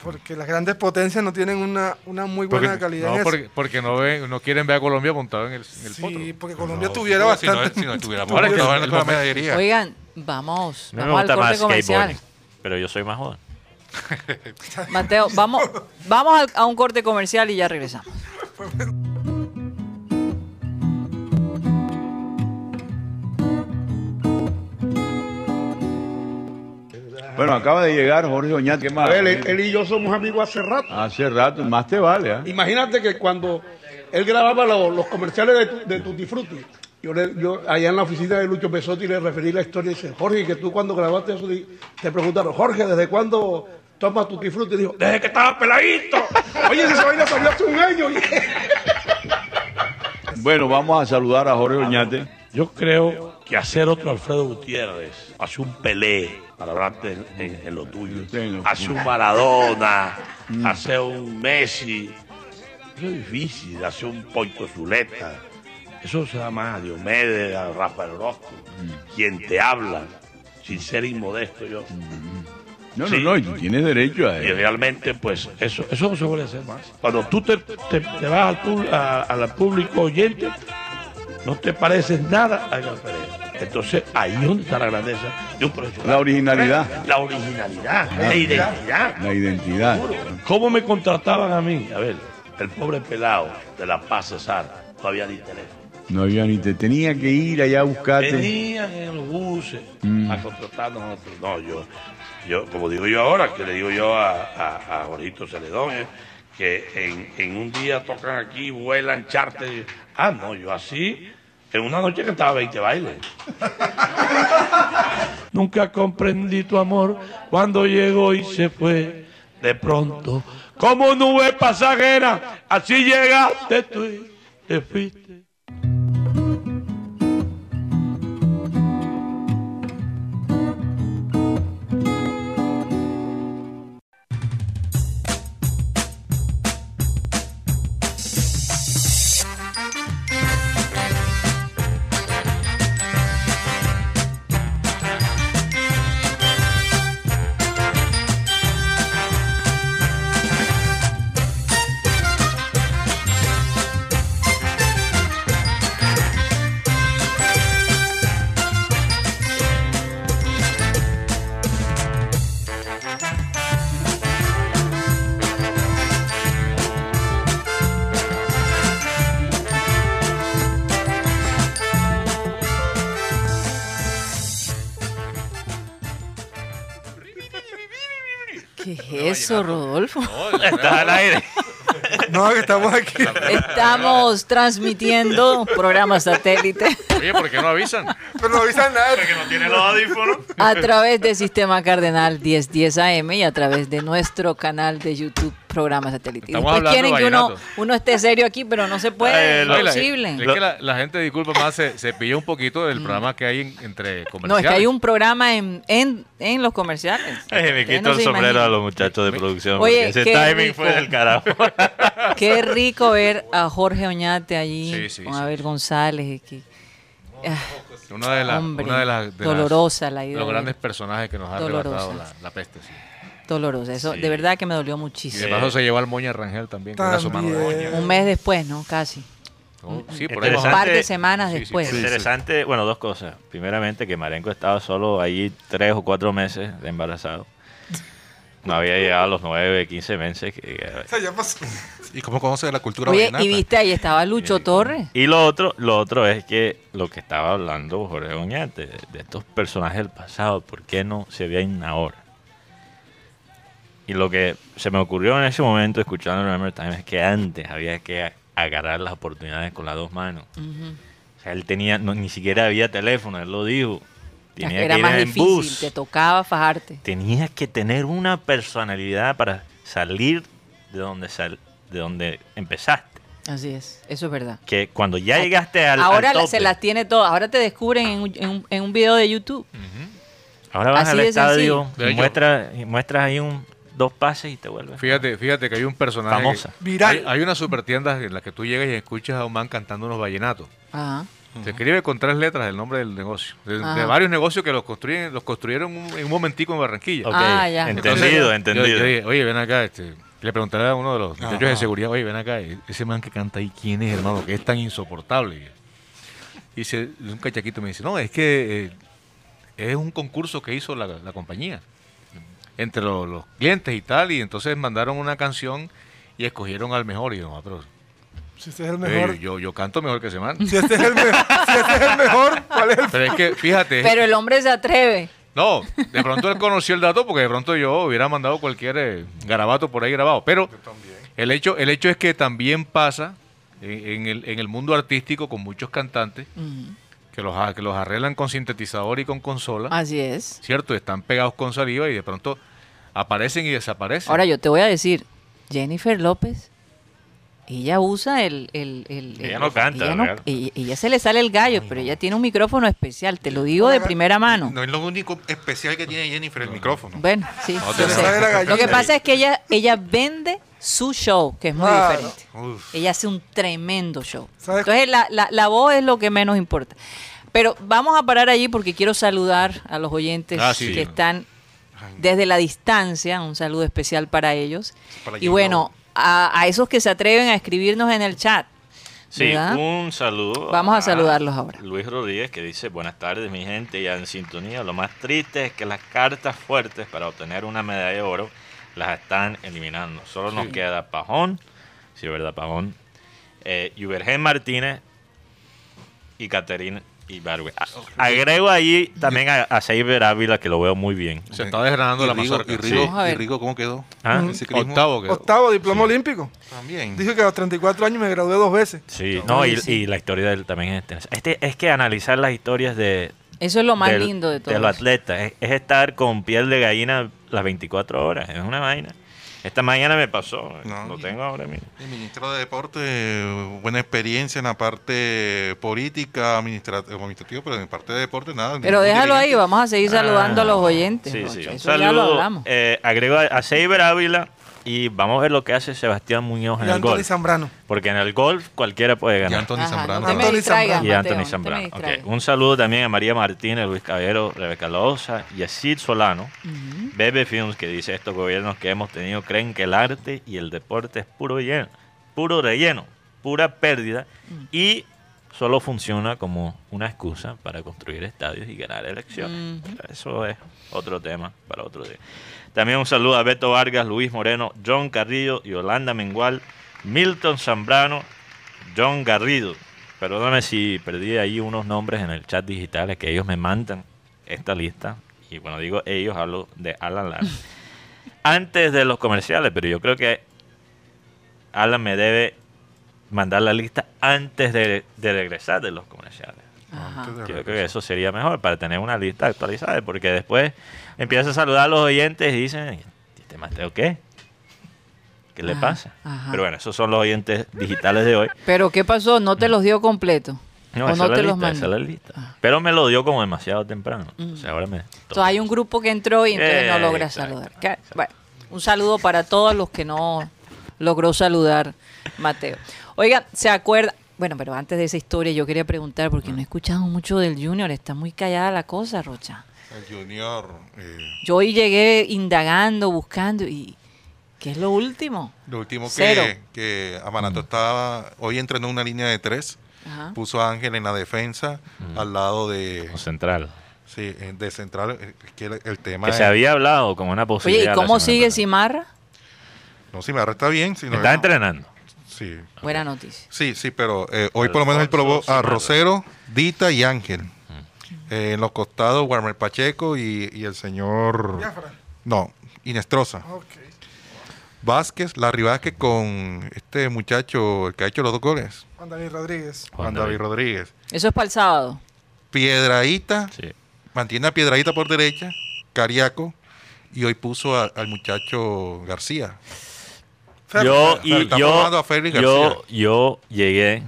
[SPEAKER 6] Porque las grandes potencias no tienen una, una muy
[SPEAKER 1] Porque-
[SPEAKER 6] buena calidad. en
[SPEAKER 4] No,
[SPEAKER 6] eso.
[SPEAKER 4] porque, porque no, ven, no quieren ver a Colombia montado en el, en el
[SPEAKER 6] sí,
[SPEAKER 4] potro.
[SPEAKER 6] porque Colombia
[SPEAKER 1] No,
[SPEAKER 6] tuviera
[SPEAKER 1] si no-
[SPEAKER 6] bastante.
[SPEAKER 1] Si no, tuviéramos
[SPEAKER 4] Ahora que
[SPEAKER 1] no,
[SPEAKER 4] el
[SPEAKER 1] con la
[SPEAKER 4] momento-
[SPEAKER 1] medallería.
[SPEAKER 3] Oigan, vamos,
[SPEAKER 5] A mí me
[SPEAKER 3] vamos al
[SPEAKER 5] gusta
[SPEAKER 3] corte
[SPEAKER 5] más
[SPEAKER 3] comercial.
[SPEAKER 5] skateboarding. Pero yo soy más joven.
[SPEAKER 3] Mateo, vamos, vamos al- a un corte comercial y ya regresamos.
[SPEAKER 7] Bueno, acaba de llegar Jorge Oñate. ¿Qué más?
[SPEAKER 8] Ah,
[SPEAKER 9] A ver, él, él y yo somos amigos hace rato.
[SPEAKER 7] Hace rato, más te vale. ¿ah?
[SPEAKER 9] Imagínate que cuando él grababa lo- los comerciales de, tu- de Tutti Frutti, yo, le- yo allá en la oficina de Lucho Pesotti le referí la historia y dice, Jorge, que tú cuando grabaste eso, di- te preguntaron, Jorge, ¿desde cuándo tomas Tutti Frutti? Y dijo, desde que estaba peladito. Oye, esa vaina salió hace un año.
[SPEAKER 7] Bueno, vamos a saludar a Jorge Oñate.
[SPEAKER 8] Yo creo que hacer otro Alfredo Gutiérrez, hace un Pelé, para hablarte en, en- en lo tuyo,
[SPEAKER 7] tengo.
[SPEAKER 8] hace un Maradona, hace un Messi, eso es difícil, hace un Poito Zuleta, eso se llama a Diomedes, a Rafael Orozco, quien te habla, sin ser inmodesto yo.
[SPEAKER 7] No,
[SPEAKER 8] Sí.
[SPEAKER 7] no, no, y tú tienes derecho a
[SPEAKER 8] Y
[SPEAKER 7] él.
[SPEAKER 8] realmente, pues, eso, eso no se puede hacer más. Cuando tú te, te- te vas al, pub- a- al público oyente, no te pareces nada a Edgar Pérez. Entonces, ahí es donde está la grandeza de un profesional.
[SPEAKER 7] La originalidad. Ah.
[SPEAKER 8] La originalidad, la identidad.
[SPEAKER 7] La identidad.
[SPEAKER 8] ¿Cómo me contrataban a mí? A ver, el pobre pelado de La Paz Cesar, no había ni teléfono.
[SPEAKER 7] No había ni te tenía que ir allá a
[SPEAKER 8] Ah,
[SPEAKER 7] buscarte.
[SPEAKER 8] Venían en los buses a contratarnos a nosotros. No, yo, yo, como digo yo ahora, que le digo yo a, a, a Jorgito Celedón, eh, que en, en un día tocan aquí, vuelan, charter. Ah, no, yo así, en una noche que estaba 20 bailes. Nunca comprendí tu amor cuando llegó y se fue de pronto. Como nube pasajera, así llegaste tú y te fuiste.
[SPEAKER 3] ¿Qué es eso, Rodolfo?
[SPEAKER 5] Estás al aire.
[SPEAKER 6] No, que estamos aquí.
[SPEAKER 3] Estamos transmitiendo programa satélite
[SPEAKER 4] Oye, ¿por qué no avisan?
[SPEAKER 6] Pero no avisan nada.
[SPEAKER 5] Porque no tiene los audífonos.
[SPEAKER 3] a través de Sistema Cardenal 1010 AM y a través de nuestro canal de YouTube Programa Satélite. Y
[SPEAKER 4] Estamos
[SPEAKER 3] después
[SPEAKER 4] hablando
[SPEAKER 3] quieren que uno,
[SPEAKER 4] vallenato.
[SPEAKER 3] uno esté serio aquí, pero no se puede,
[SPEAKER 5] Eh,
[SPEAKER 3] es
[SPEAKER 5] lo-
[SPEAKER 4] No, y la-
[SPEAKER 3] imposible. Mm.
[SPEAKER 4] Es que la, la gente, disculpa más, se, se pilla un poquito del programa que hay en- entre comerciales.
[SPEAKER 3] No, es que hay un programa en, en, en los comerciales.
[SPEAKER 5] Ay, Eh, me
[SPEAKER 3] Ustedes
[SPEAKER 5] quito
[SPEAKER 3] no
[SPEAKER 5] el
[SPEAKER 3] se
[SPEAKER 5] sombrero a
[SPEAKER 3] imaginan.
[SPEAKER 5] los muchachos de producción.
[SPEAKER 3] Oye,
[SPEAKER 5] porque ese
[SPEAKER 3] qué
[SPEAKER 5] timing fue
[SPEAKER 3] rico.
[SPEAKER 5] del carajo.
[SPEAKER 3] Qué rico ver a Jorge Oñate allí,
[SPEAKER 4] Sí, sí,
[SPEAKER 3] con
[SPEAKER 4] sí.
[SPEAKER 3] Abel González. y que- ah,
[SPEAKER 4] Una de, las-
[SPEAKER 3] Hombre,
[SPEAKER 4] una de las. de
[SPEAKER 3] dolorosa la idea
[SPEAKER 4] Los
[SPEAKER 3] de-
[SPEAKER 4] grandes personajes que nos ha
[SPEAKER 3] Dolorosa.
[SPEAKER 4] arrebatado la, la peste. sí.
[SPEAKER 3] doloroso. Eso
[SPEAKER 5] Sí.
[SPEAKER 3] de verdad que me dolió
[SPEAKER 4] Y de
[SPEAKER 3] muchísimo.
[SPEAKER 4] paso se llevó al Moña Rangel también. que era su mano
[SPEAKER 6] También.
[SPEAKER 4] derecha.
[SPEAKER 3] Un mes después, ¿no? Casi.
[SPEAKER 4] Oh, sí, por ahí
[SPEAKER 3] Un
[SPEAKER 4] más o
[SPEAKER 5] Interesante.
[SPEAKER 4] menos.
[SPEAKER 3] par de semanas
[SPEAKER 4] Sí, sí.
[SPEAKER 3] después.
[SPEAKER 5] Interesante, bueno, dos cosas. Primeramente, que Marenco estaba solo ahí tres o cuatro meses de embarazado. No había llegado a los nueve, quince meses. que-
[SPEAKER 6] O sea, ya pasó.
[SPEAKER 1] ¿Y cómo conoce la cultura
[SPEAKER 3] Oye,
[SPEAKER 1] vallenata?
[SPEAKER 3] y viste, ahí estaba Lucho Torres.
[SPEAKER 5] Y lo otro, lo otro es que lo que estaba hablando Jorge Oñate, de, de estos personajes del pasado, ¿por qué no se ven ahora? Y lo que se me ocurrió en ese momento escuchando Remember Time es que antes había que a- agarrar las oportunidades con las dos manos. O sea, él tenía, no, ni siquiera había teléfono, él lo dijo. Tenía
[SPEAKER 3] Era
[SPEAKER 5] que ir
[SPEAKER 3] más
[SPEAKER 5] en
[SPEAKER 3] difícil,
[SPEAKER 5] bus.
[SPEAKER 3] te tocaba fajarte.
[SPEAKER 5] Tenías que tener una personalidad para salir de donde, sal, de donde empezaste.
[SPEAKER 3] Así es, eso es verdad.
[SPEAKER 5] Que cuando ya llegaste al. al
[SPEAKER 3] Ahora la-
[SPEAKER 5] tope,
[SPEAKER 3] se las tiene todas. Ahora te descubren en un, en un- en un video de YouTube.
[SPEAKER 5] Ahora vas
[SPEAKER 3] Así
[SPEAKER 5] al
[SPEAKER 3] de
[SPEAKER 5] estadio,
[SPEAKER 4] sencillo.
[SPEAKER 5] y muestra- y muestras ahí un, dos pases y te vuelves.
[SPEAKER 4] Fíjate, fíjate que hay un personaje. que-
[SPEAKER 5] Famosa.
[SPEAKER 6] Viral.
[SPEAKER 4] Hay, hay unas super tiendas en las que tú llegas y escuchas a un man cantando unos vallenatos.
[SPEAKER 3] Ajá.
[SPEAKER 4] Se escribe con tres letras el nombre del negocio. De, de
[SPEAKER 3] Ajá.
[SPEAKER 4] varios negocios que los construyen, los construyeron un- en un momentico en Barranquilla.
[SPEAKER 5] Ok,
[SPEAKER 3] Ah, ya.
[SPEAKER 5] Entendido,
[SPEAKER 4] Yo-
[SPEAKER 5] entendido.
[SPEAKER 4] yo dije, oye, ven acá, este. Le preguntaré a uno de los muchachos de
[SPEAKER 1] Ajá.
[SPEAKER 4] seguridad, oye, ven acá, e- ese man que canta ahí, ¿quién es, hermano? Que es tan insoportable. Y se- un cachaquito me dice, no, es que eh, es un concurso que hizo la, la compañía entre lo- los clientes y tal, y entonces mandaron una canción y escogieron al mejor. Y yo, "Ah, pero,
[SPEAKER 6] Si este es el
[SPEAKER 4] eh,
[SPEAKER 6] mejor.
[SPEAKER 4] yo, yo canto mejor que ese man.
[SPEAKER 6] Si este es el mejor. Si este es el mejor, ¿cuál es el
[SPEAKER 4] Pero es que, fíjate,
[SPEAKER 3] Pero el hombre se atreve.
[SPEAKER 4] No, de pronto él conoció el dato porque de pronto yo hubiera mandado cualquier eh, garabato por ahí grabado. Pero el hecho, el hecho es que también pasa en, en el, en el mundo artístico con muchos cantantes que, los, a- que los arreglan con sintetizador y con consola,
[SPEAKER 3] Así es.
[SPEAKER 4] ¿cierto? Están pegados con saliva y de pronto aparecen y desaparecen.
[SPEAKER 3] Ahora yo te voy a decir, Jennifer López, ella usa el... el- el-
[SPEAKER 5] Ella
[SPEAKER 3] el-
[SPEAKER 5] no canta,
[SPEAKER 3] Ella, no-
[SPEAKER 5] real.
[SPEAKER 3] ella- ella se le sale el gallo, pero ella tiene un micrófono especial, te lo digo de primera mano.
[SPEAKER 1] No es lo único especial que tiene Jennifer, el micrófono.
[SPEAKER 3] Bueno, sí.
[SPEAKER 4] te
[SPEAKER 3] yo
[SPEAKER 4] le
[SPEAKER 3] sé.
[SPEAKER 6] sale la gallina.
[SPEAKER 3] Lo que pasa es que ella, ella vende su show, que es muy
[SPEAKER 6] Claro.
[SPEAKER 3] diferente.
[SPEAKER 1] Uf.
[SPEAKER 3] Ella hace un tremendo show.
[SPEAKER 6] ¿Sabes?
[SPEAKER 3] Entonces la, la- la voz es lo que menos importa. Pero vamos a parar allí porque quiero saludar a los oyentes
[SPEAKER 4] Ah, sí.
[SPEAKER 3] que están desde la distancia. Un saludo especial para ellos.
[SPEAKER 1] Para
[SPEAKER 3] y
[SPEAKER 1] Jane
[SPEAKER 3] bueno,
[SPEAKER 1] Lowe.
[SPEAKER 3] a, a esos que se atreven a escribirnos en el chat.
[SPEAKER 5] Sí,
[SPEAKER 3] ¿verdad?
[SPEAKER 5] un saludo.
[SPEAKER 3] Vamos a saludarlos ahora.
[SPEAKER 5] Luis Rodríguez que dice, buenas tardes mi gente, ya en sintonía. Lo más triste es que las cartas fuertes para obtener una medalla de oro las están eliminando. Solo nos queda Pajón, sí, verdad, Pajón, eh, Yubergen Martínez y Caterina Ibargüe. A- Agrego ahí también a, a Seiber Ávila que lo veo muy bien.
[SPEAKER 4] se está desgranando
[SPEAKER 1] Y
[SPEAKER 4] la
[SPEAKER 1] Rigo-
[SPEAKER 4] mazorca.
[SPEAKER 1] Y
[SPEAKER 4] Sí.
[SPEAKER 3] Vamos a
[SPEAKER 1] Rigo,
[SPEAKER 3] ver.
[SPEAKER 1] y Rigo, ¿cómo quedó?
[SPEAKER 5] Ah,
[SPEAKER 1] En ciclismo
[SPEAKER 4] Octavo quedó.
[SPEAKER 6] octavo diploma olímpico?
[SPEAKER 1] También.
[SPEAKER 6] Dije que a los 34 años me gradué dos veces.
[SPEAKER 5] Sí, no, y, y la historia de él también es interesante. Este, es que analizar las historias de,
[SPEAKER 3] Eso es lo más
[SPEAKER 5] del-
[SPEAKER 3] lindo de todo.
[SPEAKER 5] los atletas. Es, es estar con piel de gallina las 24 horas. Es una vaina. Esta mañana me pasó. eh,
[SPEAKER 1] No.
[SPEAKER 5] lo tengo ahora mismo.
[SPEAKER 1] El ministro de Deporte, buena experiencia en la parte política, administra- administrativa, pero en parte de deporte nada.
[SPEAKER 3] Pero
[SPEAKER 1] ningún
[SPEAKER 3] déjalo ahí,
[SPEAKER 1] dirigente.
[SPEAKER 3] vamos a seguir saludando a los oyentes.
[SPEAKER 5] Ah, Sí,
[SPEAKER 3] Rocha.
[SPEAKER 5] sí. Un
[SPEAKER 3] Eso ya lo
[SPEAKER 5] saludo.
[SPEAKER 3] hablamos.
[SPEAKER 5] Eh, agrego a, a Seiber Ávila y vamos a ver lo que hace Sebastián Muñoz en
[SPEAKER 6] Y
[SPEAKER 5] el
[SPEAKER 6] Anthony
[SPEAKER 5] golf.
[SPEAKER 6] Zambrano.
[SPEAKER 5] Porque en el golf cualquiera puede
[SPEAKER 1] Y
[SPEAKER 5] ganar.
[SPEAKER 1] Anthony
[SPEAKER 3] Ajá,
[SPEAKER 1] Zambrano.
[SPEAKER 3] no te me
[SPEAKER 6] Anthony
[SPEAKER 3] distraigas,
[SPEAKER 6] Zambrano.
[SPEAKER 5] Y
[SPEAKER 3] Mateo,
[SPEAKER 5] Anthony
[SPEAKER 3] no te me
[SPEAKER 5] Zambrano. Ok.
[SPEAKER 3] distraigas.
[SPEAKER 5] Un saludo también a María Martínez, Luis Caballero, Rebeca Loza, Yesid Solano, Bebe Films, que dice estos gobiernos que hemos tenido creen que el arte y el deporte es puro relleno, puro relleno, pura pérdida y solo funciona como una excusa para construir estadios y ganar elecciones. Eso es otro tema para otro día. También un saludo a Beto Vargas, Luis Moreno, John Carrillo, Yolanda Mengual, Milton Zambrano, John Garrido. Perdóname si perdí ahí unos nombres en el chat digital, es que ellos me mandan esta lista. Y cuando digo ellos, hablo de Alan Lara. antes de los comerciales, pero yo creo que Alan me debe mandar la lista antes de, de regresar de los comerciales.
[SPEAKER 3] Ajá.
[SPEAKER 5] Yo creo que eso sería mejor para tener una lista actualizada, porque después empiezo a saludar a los oyentes y dicen, ¿este Mateo qué? ¿Qué le
[SPEAKER 3] Ajá,
[SPEAKER 5] pasa?
[SPEAKER 3] ajá.
[SPEAKER 5] Pero bueno, esos son los oyentes digitales de hoy.
[SPEAKER 3] Pero ¿qué pasó? ¿No te los dio completo?
[SPEAKER 5] No,
[SPEAKER 3] ¿O
[SPEAKER 5] esa,
[SPEAKER 3] no
[SPEAKER 5] es la
[SPEAKER 3] te los Ah.
[SPEAKER 5] lista, esa es la
[SPEAKER 3] mandó?
[SPEAKER 5] lista. Pero me lo dio como demasiado temprano.
[SPEAKER 3] Mm.
[SPEAKER 5] O sea, ahora me...
[SPEAKER 3] Entonces hay un grupo que entró y entonces no
[SPEAKER 5] Eh,
[SPEAKER 3] logra
[SPEAKER 5] exacto,
[SPEAKER 3] saludar. Que- Bueno, un saludo para todos los que no logró saludar Mateo. Oiga, ¿se acuerda? Bueno, pero antes de esa historia yo quería preguntar, porque no he escuchado mucho del Junior, está muy callada la cosa, Rocha.
[SPEAKER 1] El Junior. eh,
[SPEAKER 3] Yo hoy llegué indagando, buscando, y ¿qué es lo último?
[SPEAKER 1] lo último
[SPEAKER 3] Cero.
[SPEAKER 1] que, que Amanato estaba. Hoy entrenó una línea de tres.
[SPEAKER 3] Ajá.
[SPEAKER 1] Puso a Ángel en la defensa, al lado de,
[SPEAKER 5] Como central.
[SPEAKER 1] sí, eh, de Central. eh, que el, el tema
[SPEAKER 5] Que se
[SPEAKER 1] es-
[SPEAKER 5] había hablado como una
[SPEAKER 3] Oye,
[SPEAKER 5] posibilidad.
[SPEAKER 3] ¿y
[SPEAKER 5] la
[SPEAKER 3] cómo
[SPEAKER 5] semana
[SPEAKER 3] sigue
[SPEAKER 5] pasada.
[SPEAKER 3] Simarra?
[SPEAKER 1] No, si me arresta bien. Si no,
[SPEAKER 5] Está entrenando.
[SPEAKER 1] Sí,
[SPEAKER 3] Buena noticia.
[SPEAKER 1] sí, sí, pero eh, hoy por lo menos él probó
[SPEAKER 5] Alfonso
[SPEAKER 1] a
[SPEAKER 5] Simarra.
[SPEAKER 1] Rosero, Dita y Ángel. Eh, en los costados, Warmer Pacheco y, y el señor. No, Inestrosa.
[SPEAKER 6] Oh.
[SPEAKER 1] Vázquez, Larry Vázquez con este muchacho, el que ha hecho los dos goles,
[SPEAKER 6] Juan David Rodríguez.
[SPEAKER 1] Juan David Rodríguez.
[SPEAKER 3] Eso es para el sábado.
[SPEAKER 1] Piedradita,
[SPEAKER 5] Sí.
[SPEAKER 1] mantiene a Piedradita por derecha, Cariaco, y hoy puso a- al muchacho García.
[SPEAKER 5] Yo,
[SPEAKER 1] Fer-
[SPEAKER 5] y,
[SPEAKER 1] Fer-
[SPEAKER 5] yo,
[SPEAKER 1] formando a Félix
[SPEAKER 5] yo,
[SPEAKER 1] García.
[SPEAKER 5] yo llegué,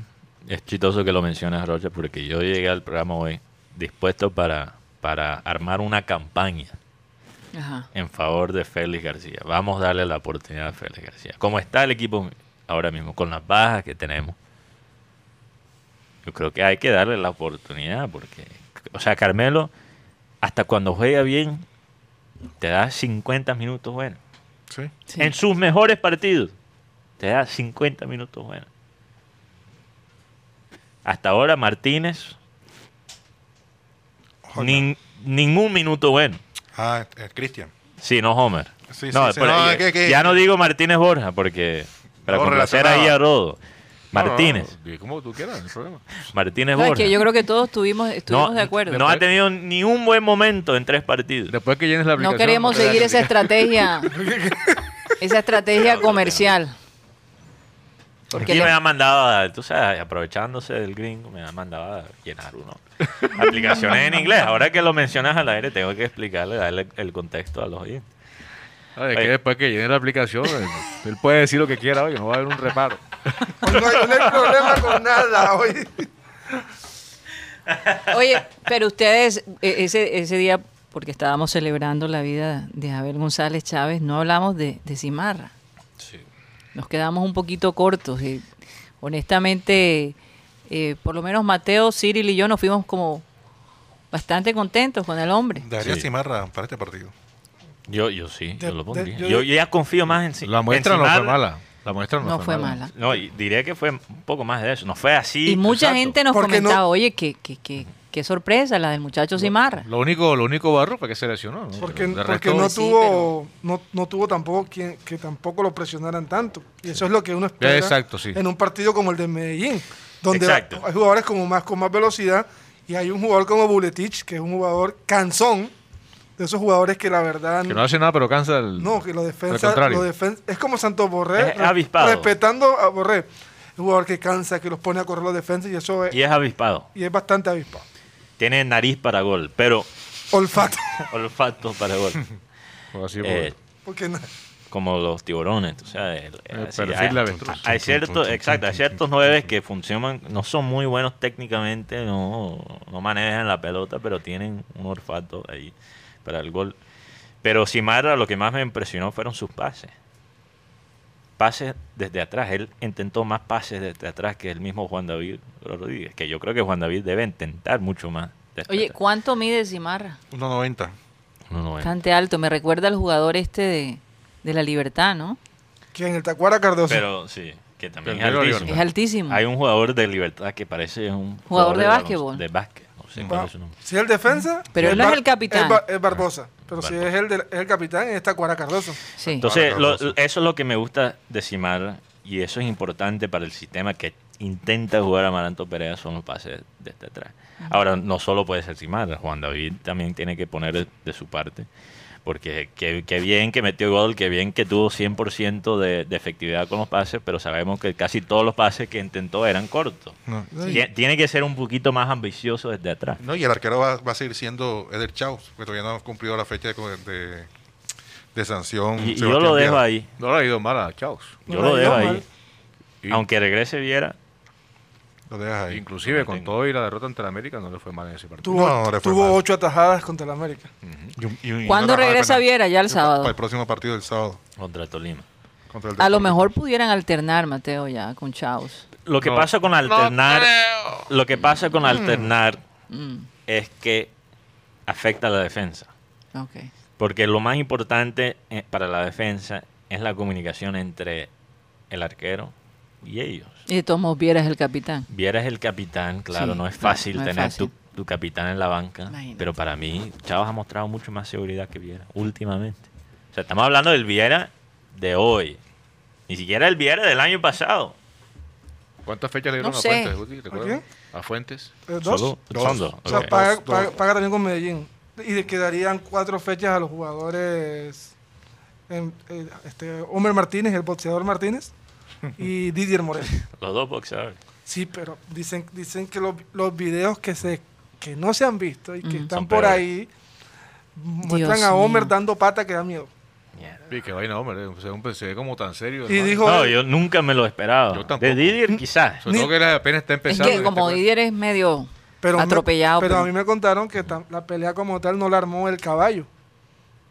[SPEAKER 5] es chistoso que lo mencionas, Rocha, porque yo llegué al programa hoy dispuesto para, para armar una campaña
[SPEAKER 3] Ajá.
[SPEAKER 5] en favor de Félix García. Vamos a darle la oportunidad a Félix García. Como está el equipo ahora mismo, con las bajas que tenemos, yo creo que hay que darle la oportunidad porque, o sea, Carmelo, hasta cuando juega bien, te da 50 minutos buenos.
[SPEAKER 1] Sí.
[SPEAKER 3] Sí.
[SPEAKER 5] En sus mejores partidos, te da 50 minutos buenos. Hasta ahora Martínez, nin- ningún minuto bueno.
[SPEAKER 1] Ah, eh, Cristian.
[SPEAKER 5] Sí, no Homer.
[SPEAKER 1] Sí,
[SPEAKER 5] no,
[SPEAKER 1] sí, sí.
[SPEAKER 5] pero
[SPEAKER 1] No,
[SPEAKER 5] ya,
[SPEAKER 1] es que- que-
[SPEAKER 5] ya no digo Martínez Borja porque para
[SPEAKER 1] No,
[SPEAKER 5] complacer
[SPEAKER 1] relacionado.
[SPEAKER 5] ahí a Rodo.
[SPEAKER 4] No, no,
[SPEAKER 5] Martínez,
[SPEAKER 4] no, di como tú quieras, no hay problema.
[SPEAKER 5] Martínez
[SPEAKER 3] No, es
[SPEAKER 5] Borja.
[SPEAKER 3] que yo creo que todos estuvimos, estuvimos
[SPEAKER 5] no,
[SPEAKER 3] de acuerdo.
[SPEAKER 5] no ha tenido ni un buen momento en tres partidos.
[SPEAKER 4] Después que llenes la
[SPEAKER 3] No
[SPEAKER 4] aplicación.
[SPEAKER 3] queremos
[SPEAKER 4] te
[SPEAKER 3] seguir
[SPEAKER 4] da-
[SPEAKER 3] esa estrategia. esa estrategia comercial. Porque
[SPEAKER 5] Aquí
[SPEAKER 3] le-
[SPEAKER 5] me ha mandado, a- tú sabes, aprovechándose del gringo, me ha mandado a llenar uno. Aplicaciones en inglés. Ahora que lo mencionas al aire, tengo que explicarle, darle el contexto a los oyentes.
[SPEAKER 4] Ah, es
[SPEAKER 5] Oye.
[SPEAKER 4] que después que llenes la aplicación, él, él puede decir lo que quiera, oye, no va a haber un reparo.
[SPEAKER 6] Hoy no, hay, no hay problema con nada hoy.
[SPEAKER 3] Oye, pero ustedes, eh, ese, ese día, porque estábamos celebrando la vida de Abel González Chávez, no hablamos de, de Cimarra. Nos quedamos un poquito cortos. eh. honestamente, eh, por lo menos Mateo, Cyril y yo nos fuimos como bastante contentos con el hombre.
[SPEAKER 1] Daría Cimarra para este partido.
[SPEAKER 5] Yo, yo sí, yo
[SPEAKER 6] De-
[SPEAKER 5] lo
[SPEAKER 6] de-
[SPEAKER 5] pondría.
[SPEAKER 6] yo-
[SPEAKER 5] yo, yo ya confío más en sí.
[SPEAKER 4] La muestra
[SPEAKER 5] en
[SPEAKER 4] no fue
[SPEAKER 5] Simarra.
[SPEAKER 4] mala. La muestra no,
[SPEAKER 3] No fue mala.
[SPEAKER 5] No, y diría que fue un poco más de eso. No fue así.
[SPEAKER 3] Y mucha
[SPEAKER 5] exacto.
[SPEAKER 3] gente nos
[SPEAKER 6] ¿Por qué no?
[SPEAKER 3] comentaba, oye, qué, qué, qué, qué sorpresa la del muchacho Cimarra.
[SPEAKER 4] Lo único, lo único barro fue que se lesionó. ¿no?
[SPEAKER 6] Porque,
[SPEAKER 4] Pero de
[SPEAKER 6] porque
[SPEAKER 4] resto-
[SPEAKER 6] no
[SPEAKER 5] Pues
[SPEAKER 3] Sí,
[SPEAKER 6] tuvo, no, no tuvo tampoco quien, que tampoco lo presionaran tanto. Y eso es lo que uno espera
[SPEAKER 4] Exacto, sí.
[SPEAKER 6] en un partido como el de Medellín, donde
[SPEAKER 5] Exacto.
[SPEAKER 6] hay jugadores como más, con más velocidad y hay un jugador como Buletich, que es un jugador cansón, de esos jugadores que la verdad
[SPEAKER 4] Que no hace nada, pero cansa el.
[SPEAKER 6] No, que los
[SPEAKER 4] Al
[SPEAKER 6] defensa,
[SPEAKER 4] contrario.
[SPEAKER 6] los defen- es como Santos Borré,
[SPEAKER 5] Es
[SPEAKER 6] re-
[SPEAKER 5] avispado.
[SPEAKER 6] respetando a Borré, es un jugador que cansa, que los pone a correr los defensas y eso es,
[SPEAKER 5] Y es avispado.
[SPEAKER 6] y es bastante avispado.
[SPEAKER 5] Tiene nariz para gol, pero
[SPEAKER 6] Olfato,
[SPEAKER 5] olfato para gol.
[SPEAKER 4] Pues así,
[SPEAKER 5] Eh,
[SPEAKER 6] porque no-
[SPEAKER 5] como los tiburones, tú sabes. el-
[SPEAKER 4] El
[SPEAKER 5] así,
[SPEAKER 4] perfil
[SPEAKER 5] hay,
[SPEAKER 4] de avestruz.
[SPEAKER 5] hay ciertos, exacto, hay ciertos nueve que funcionan, no son muy buenos técnicamente, no, no manejan la pelota, pero tienen un olfato ahí para el gol. Pero Simarra lo que más me impresionó fueron sus pases. Pases desde atrás. Él intentó más pases desde atrás que el mismo Juan David Rodríguez, que yo creo que Juan David debe intentar mucho más. desde
[SPEAKER 3] Oye,
[SPEAKER 5] atrás.
[SPEAKER 3] ¿cuánto mide Cimarra?
[SPEAKER 1] 1.90.
[SPEAKER 5] Uno no ve.
[SPEAKER 3] Bastante alto, me recuerda al jugador este de, de la libertad, ¿no?
[SPEAKER 6] que en el Tacuara Cardoso.
[SPEAKER 5] Pero sí, que también es
[SPEAKER 4] Pero Diego
[SPEAKER 5] altísimo.
[SPEAKER 3] Es altísimo.
[SPEAKER 5] Hay un jugador de Libertad que parece un
[SPEAKER 3] Jugador de
[SPEAKER 5] balon-
[SPEAKER 3] básquetbol. Ah.
[SPEAKER 5] De básquet. No sé cuál es su nombre.
[SPEAKER 6] si es el defensa,
[SPEAKER 3] Pero él no
[SPEAKER 6] Bar-
[SPEAKER 3] es el capitán.
[SPEAKER 6] Es, Ba- es Barbosa, pero si
[SPEAKER 5] Barbosa.
[SPEAKER 6] es el, del- es el capitán, es Tacuara Cardoso.
[SPEAKER 3] Sí.
[SPEAKER 5] Entonces, lo- eso es lo que me gusta de Simar y eso es importante para el sistema que intenta jugar Amaranto Perea son los pases este desde atrás. Ahora, no solo puede ser Simar, Juan David también tiene que poner de su parte. Porque qué, qué bien que metió gol, qué bien que tuvo 100% de, de efectividad con los pases, pero sabemos que casi todos los pases que intentó eran cortos.
[SPEAKER 1] No, y-
[SPEAKER 5] Tie- Tiene que ser un poquito más ambicioso desde atrás.
[SPEAKER 4] Mm,
[SPEAKER 1] no, y el arquero va, va a seguir siendo Eder Chaus, que todavía no ha cumplido la fecha de, co- de- de sanción.
[SPEAKER 5] Y- y yo
[SPEAKER 1] Sebastián
[SPEAKER 5] lo dejo
[SPEAKER 1] Viera.
[SPEAKER 5] ahí.
[SPEAKER 4] pues, No le ha ido mal a Chaos.
[SPEAKER 5] Yo
[SPEAKER 6] No,
[SPEAKER 5] lo
[SPEAKER 6] no,
[SPEAKER 5] dejo
[SPEAKER 6] no,
[SPEAKER 5] ahí.
[SPEAKER 4] Y-
[SPEAKER 5] Aunque regrese Viera,
[SPEAKER 1] Lo dejas ahí.
[SPEAKER 4] Inclusive con todo y la derrota ante la América no le fue mal en ese partido.
[SPEAKER 6] Tuvo,
[SPEAKER 1] No, le fue
[SPEAKER 6] tuvo
[SPEAKER 1] mal.
[SPEAKER 6] ocho atajadas contra el América.
[SPEAKER 1] Y un- y un- y
[SPEAKER 3] ¿Cuándo
[SPEAKER 1] una tajada de
[SPEAKER 3] regresa
[SPEAKER 1] penal.
[SPEAKER 3] Viera? Ya el sábado.
[SPEAKER 1] Para el próximo partido del sábado.
[SPEAKER 5] contra Tolima.
[SPEAKER 1] contra el
[SPEAKER 3] A lo
[SPEAKER 1] Deportivo.
[SPEAKER 3] mejor pudieran alternar, Mateo, ya con Chaus.
[SPEAKER 5] Lo que
[SPEAKER 4] No. Mm.
[SPEAKER 5] pasa con alternar, lo que pasa con alternar es que afecta a la defensa.
[SPEAKER 3] Ok.
[SPEAKER 5] Porque lo más importante eh, para la defensa es la comunicación entre el arquero y ellos.
[SPEAKER 3] Y de todos modos, Viera es el capitán.
[SPEAKER 5] Vieras el capitán, claro,
[SPEAKER 3] Sí,
[SPEAKER 5] no es
[SPEAKER 3] no,
[SPEAKER 5] fácil
[SPEAKER 3] no es
[SPEAKER 5] tener
[SPEAKER 3] fácil.
[SPEAKER 5] Tu, tu capitán en la banca,
[SPEAKER 3] Imagínate.
[SPEAKER 5] pero para mí Chávez ha mostrado mucho más seguridad que Viera últimamente. O sea, estamos hablando del Viera de hoy, ni siquiera el Viera del año pasado.
[SPEAKER 4] ¿Cuántas fechas le
[SPEAKER 3] No
[SPEAKER 4] dieron a
[SPEAKER 3] sé.
[SPEAKER 4] Fuentes, Guti? ¿Recuerdas? ¿A Fuentes?
[SPEAKER 6] Eh, ¿Dos?
[SPEAKER 5] Solo-
[SPEAKER 1] Dos.
[SPEAKER 5] son dos,
[SPEAKER 6] O sea,
[SPEAKER 5] ok.
[SPEAKER 6] paga,
[SPEAKER 1] Dos,
[SPEAKER 6] paga-
[SPEAKER 1] dos.
[SPEAKER 6] paga también con Medellín. Y le quedarían cuatro fechas a los jugadores. em, eh, este, Homer Martínez, el boxeador Martínez, y Didier Moreno.
[SPEAKER 5] Los dos boxeadores.
[SPEAKER 6] Sí, pero dicen, dicen que los, los videos que, se, que no se han visto y que
[SPEAKER 3] Ujú.
[SPEAKER 6] están
[SPEAKER 5] Son
[SPEAKER 6] por
[SPEAKER 5] peores.
[SPEAKER 6] ahí muestran
[SPEAKER 3] Mm. Dios
[SPEAKER 6] a Homer
[SPEAKER 3] mío.
[SPEAKER 6] dando pata que da miedo.
[SPEAKER 5] Mierda.
[SPEAKER 4] Y que vaina, hombre. eh, Se, hombre, se ve como tan serio.
[SPEAKER 6] Y
[SPEAKER 4] hermano.
[SPEAKER 6] dijo,
[SPEAKER 5] No, yo nunca me lo esperaba.
[SPEAKER 4] Yo tampoco.
[SPEAKER 5] de Didier quizás.
[SPEAKER 4] Sobre todo que él apenas está
[SPEAKER 3] Es
[SPEAKER 4] empezando.
[SPEAKER 3] que
[SPEAKER 4] en
[SPEAKER 3] como
[SPEAKER 4] este-
[SPEAKER 3] Didier es medio
[SPEAKER 6] pero, me-
[SPEAKER 3] atropellado.
[SPEAKER 6] pero
[SPEAKER 3] pero-
[SPEAKER 6] a mí me contaron que tam- la pelea como tal no la armó el caballo,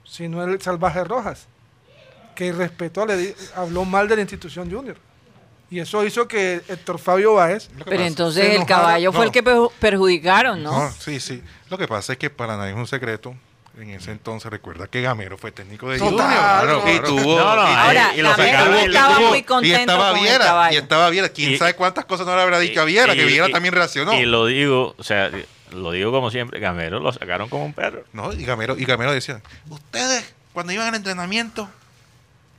[SPEAKER 6] sino el salvaje Rojas, que irrespetó, le di- habló mal de la institución junior. Y eso hizo que Héctor Fabio Báez
[SPEAKER 1] Lo que
[SPEAKER 3] Pero
[SPEAKER 1] pasa-
[SPEAKER 6] Se
[SPEAKER 3] entonces el
[SPEAKER 6] enojaron.
[SPEAKER 3] caballo fue
[SPEAKER 1] No.
[SPEAKER 3] el que perju- perjudicaron, ¿no?
[SPEAKER 1] No, sí, sí. Lo que pasa es que para nadie es un secreto. En ese entonces recuerda que Gamero fue técnico de
[SPEAKER 6] Total,
[SPEAKER 1] Junior.
[SPEAKER 6] claro.
[SPEAKER 1] Y tuvo.
[SPEAKER 5] No, no,
[SPEAKER 1] y-
[SPEAKER 3] Ahora,
[SPEAKER 5] Y- y lo
[SPEAKER 3] Gamero
[SPEAKER 5] sacaron, y lo
[SPEAKER 3] estaba
[SPEAKER 5] tuvo-
[SPEAKER 3] muy contento
[SPEAKER 1] y estaba
[SPEAKER 3] con el
[SPEAKER 1] Viera, y
[SPEAKER 3] caballo.
[SPEAKER 1] estaba Viera. Quién
[SPEAKER 5] Y-
[SPEAKER 1] sabe cuántas cosas no le habrá dicho a Viera, que
[SPEAKER 5] Y-
[SPEAKER 1] Viera
[SPEAKER 5] y-
[SPEAKER 1] también reaccionó.
[SPEAKER 5] Y lo digo, o sea, lo digo como siempre, Gamero lo sacaron como un perro.
[SPEAKER 1] No, y Gamero, y Gamero decía, ustedes, cuando iban al entrenamiento,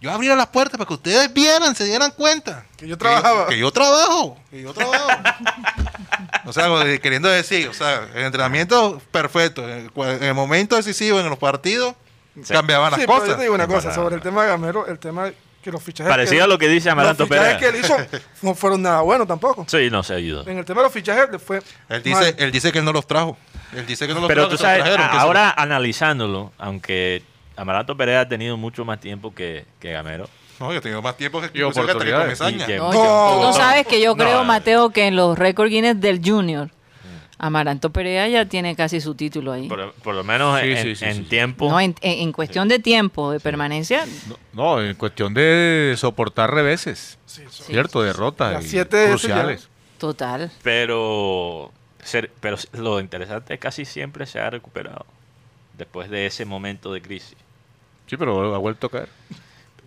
[SPEAKER 1] yo abría las puertas para que ustedes vieran, se dieran cuenta.
[SPEAKER 6] Que yo trabajaba.
[SPEAKER 1] Que yo, trabajo. Que yo trabajo. o sea, como de- queriendo decir, o sea, el entrenamiento perfecto. En el, cua- en el momento decisivo, en los partidos,
[SPEAKER 5] Sí.
[SPEAKER 1] cambiaban las
[SPEAKER 6] Sí, pero yo
[SPEAKER 1] cosas.
[SPEAKER 6] te digo una
[SPEAKER 5] No
[SPEAKER 6] cosa
[SPEAKER 5] pasa nada.
[SPEAKER 6] sobre el tema de Gamero, el tema que los fichajes.
[SPEAKER 5] Parecido a lo que dice Amaranto
[SPEAKER 6] los fichajes
[SPEAKER 5] Pereira.
[SPEAKER 6] que él hizo no fueron nada buenos tampoco.
[SPEAKER 5] Sí, no se ayudó.
[SPEAKER 6] En el tema de los fichajes le fue.
[SPEAKER 1] Él
[SPEAKER 6] mal.
[SPEAKER 1] dice, él dice que él no los trajo. Él dice que no los
[SPEAKER 5] Pero
[SPEAKER 1] trajo.
[SPEAKER 5] tú
[SPEAKER 1] que se los
[SPEAKER 5] sabes,
[SPEAKER 1] trajeron, que se
[SPEAKER 5] ahora analizándolo, aunque Amaranto Pereira ha tenido mucho más tiempo que, que Gamero.
[SPEAKER 1] los- No, yo he tenido más tiempo que,
[SPEAKER 4] Y
[SPEAKER 1] incluso que hasta que
[SPEAKER 4] oportunidades.
[SPEAKER 5] y
[SPEAKER 1] Comesaña.
[SPEAKER 5] que-
[SPEAKER 3] No,
[SPEAKER 6] No.
[SPEAKER 3] yo- tú
[SPEAKER 6] No.
[SPEAKER 3] sabes que yo
[SPEAKER 5] No,
[SPEAKER 3] creo,
[SPEAKER 5] no.
[SPEAKER 3] Mateo, que en los récord Guinness del Junior, Amaranto Perea ya tiene casi su título ahí.
[SPEAKER 5] Por, por lo menos
[SPEAKER 4] Sí,
[SPEAKER 5] en,
[SPEAKER 4] sí, sí,
[SPEAKER 5] en
[SPEAKER 4] sí.
[SPEAKER 5] tiempo.
[SPEAKER 3] No, en, en- en cuestión de tiempo, de permanencia,
[SPEAKER 4] No, no, en cuestión de soportar reveses. Cierto, derrotas
[SPEAKER 6] Las
[SPEAKER 4] y
[SPEAKER 6] siete de esas ya.
[SPEAKER 4] cruciales.
[SPEAKER 3] total.
[SPEAKER 5] Pero, ser- pero lo interesante es que casi siempre se ha recuperado después de ese momento de crisis.
[SPEAKER 4] Sí, pero ha vuelto a caer.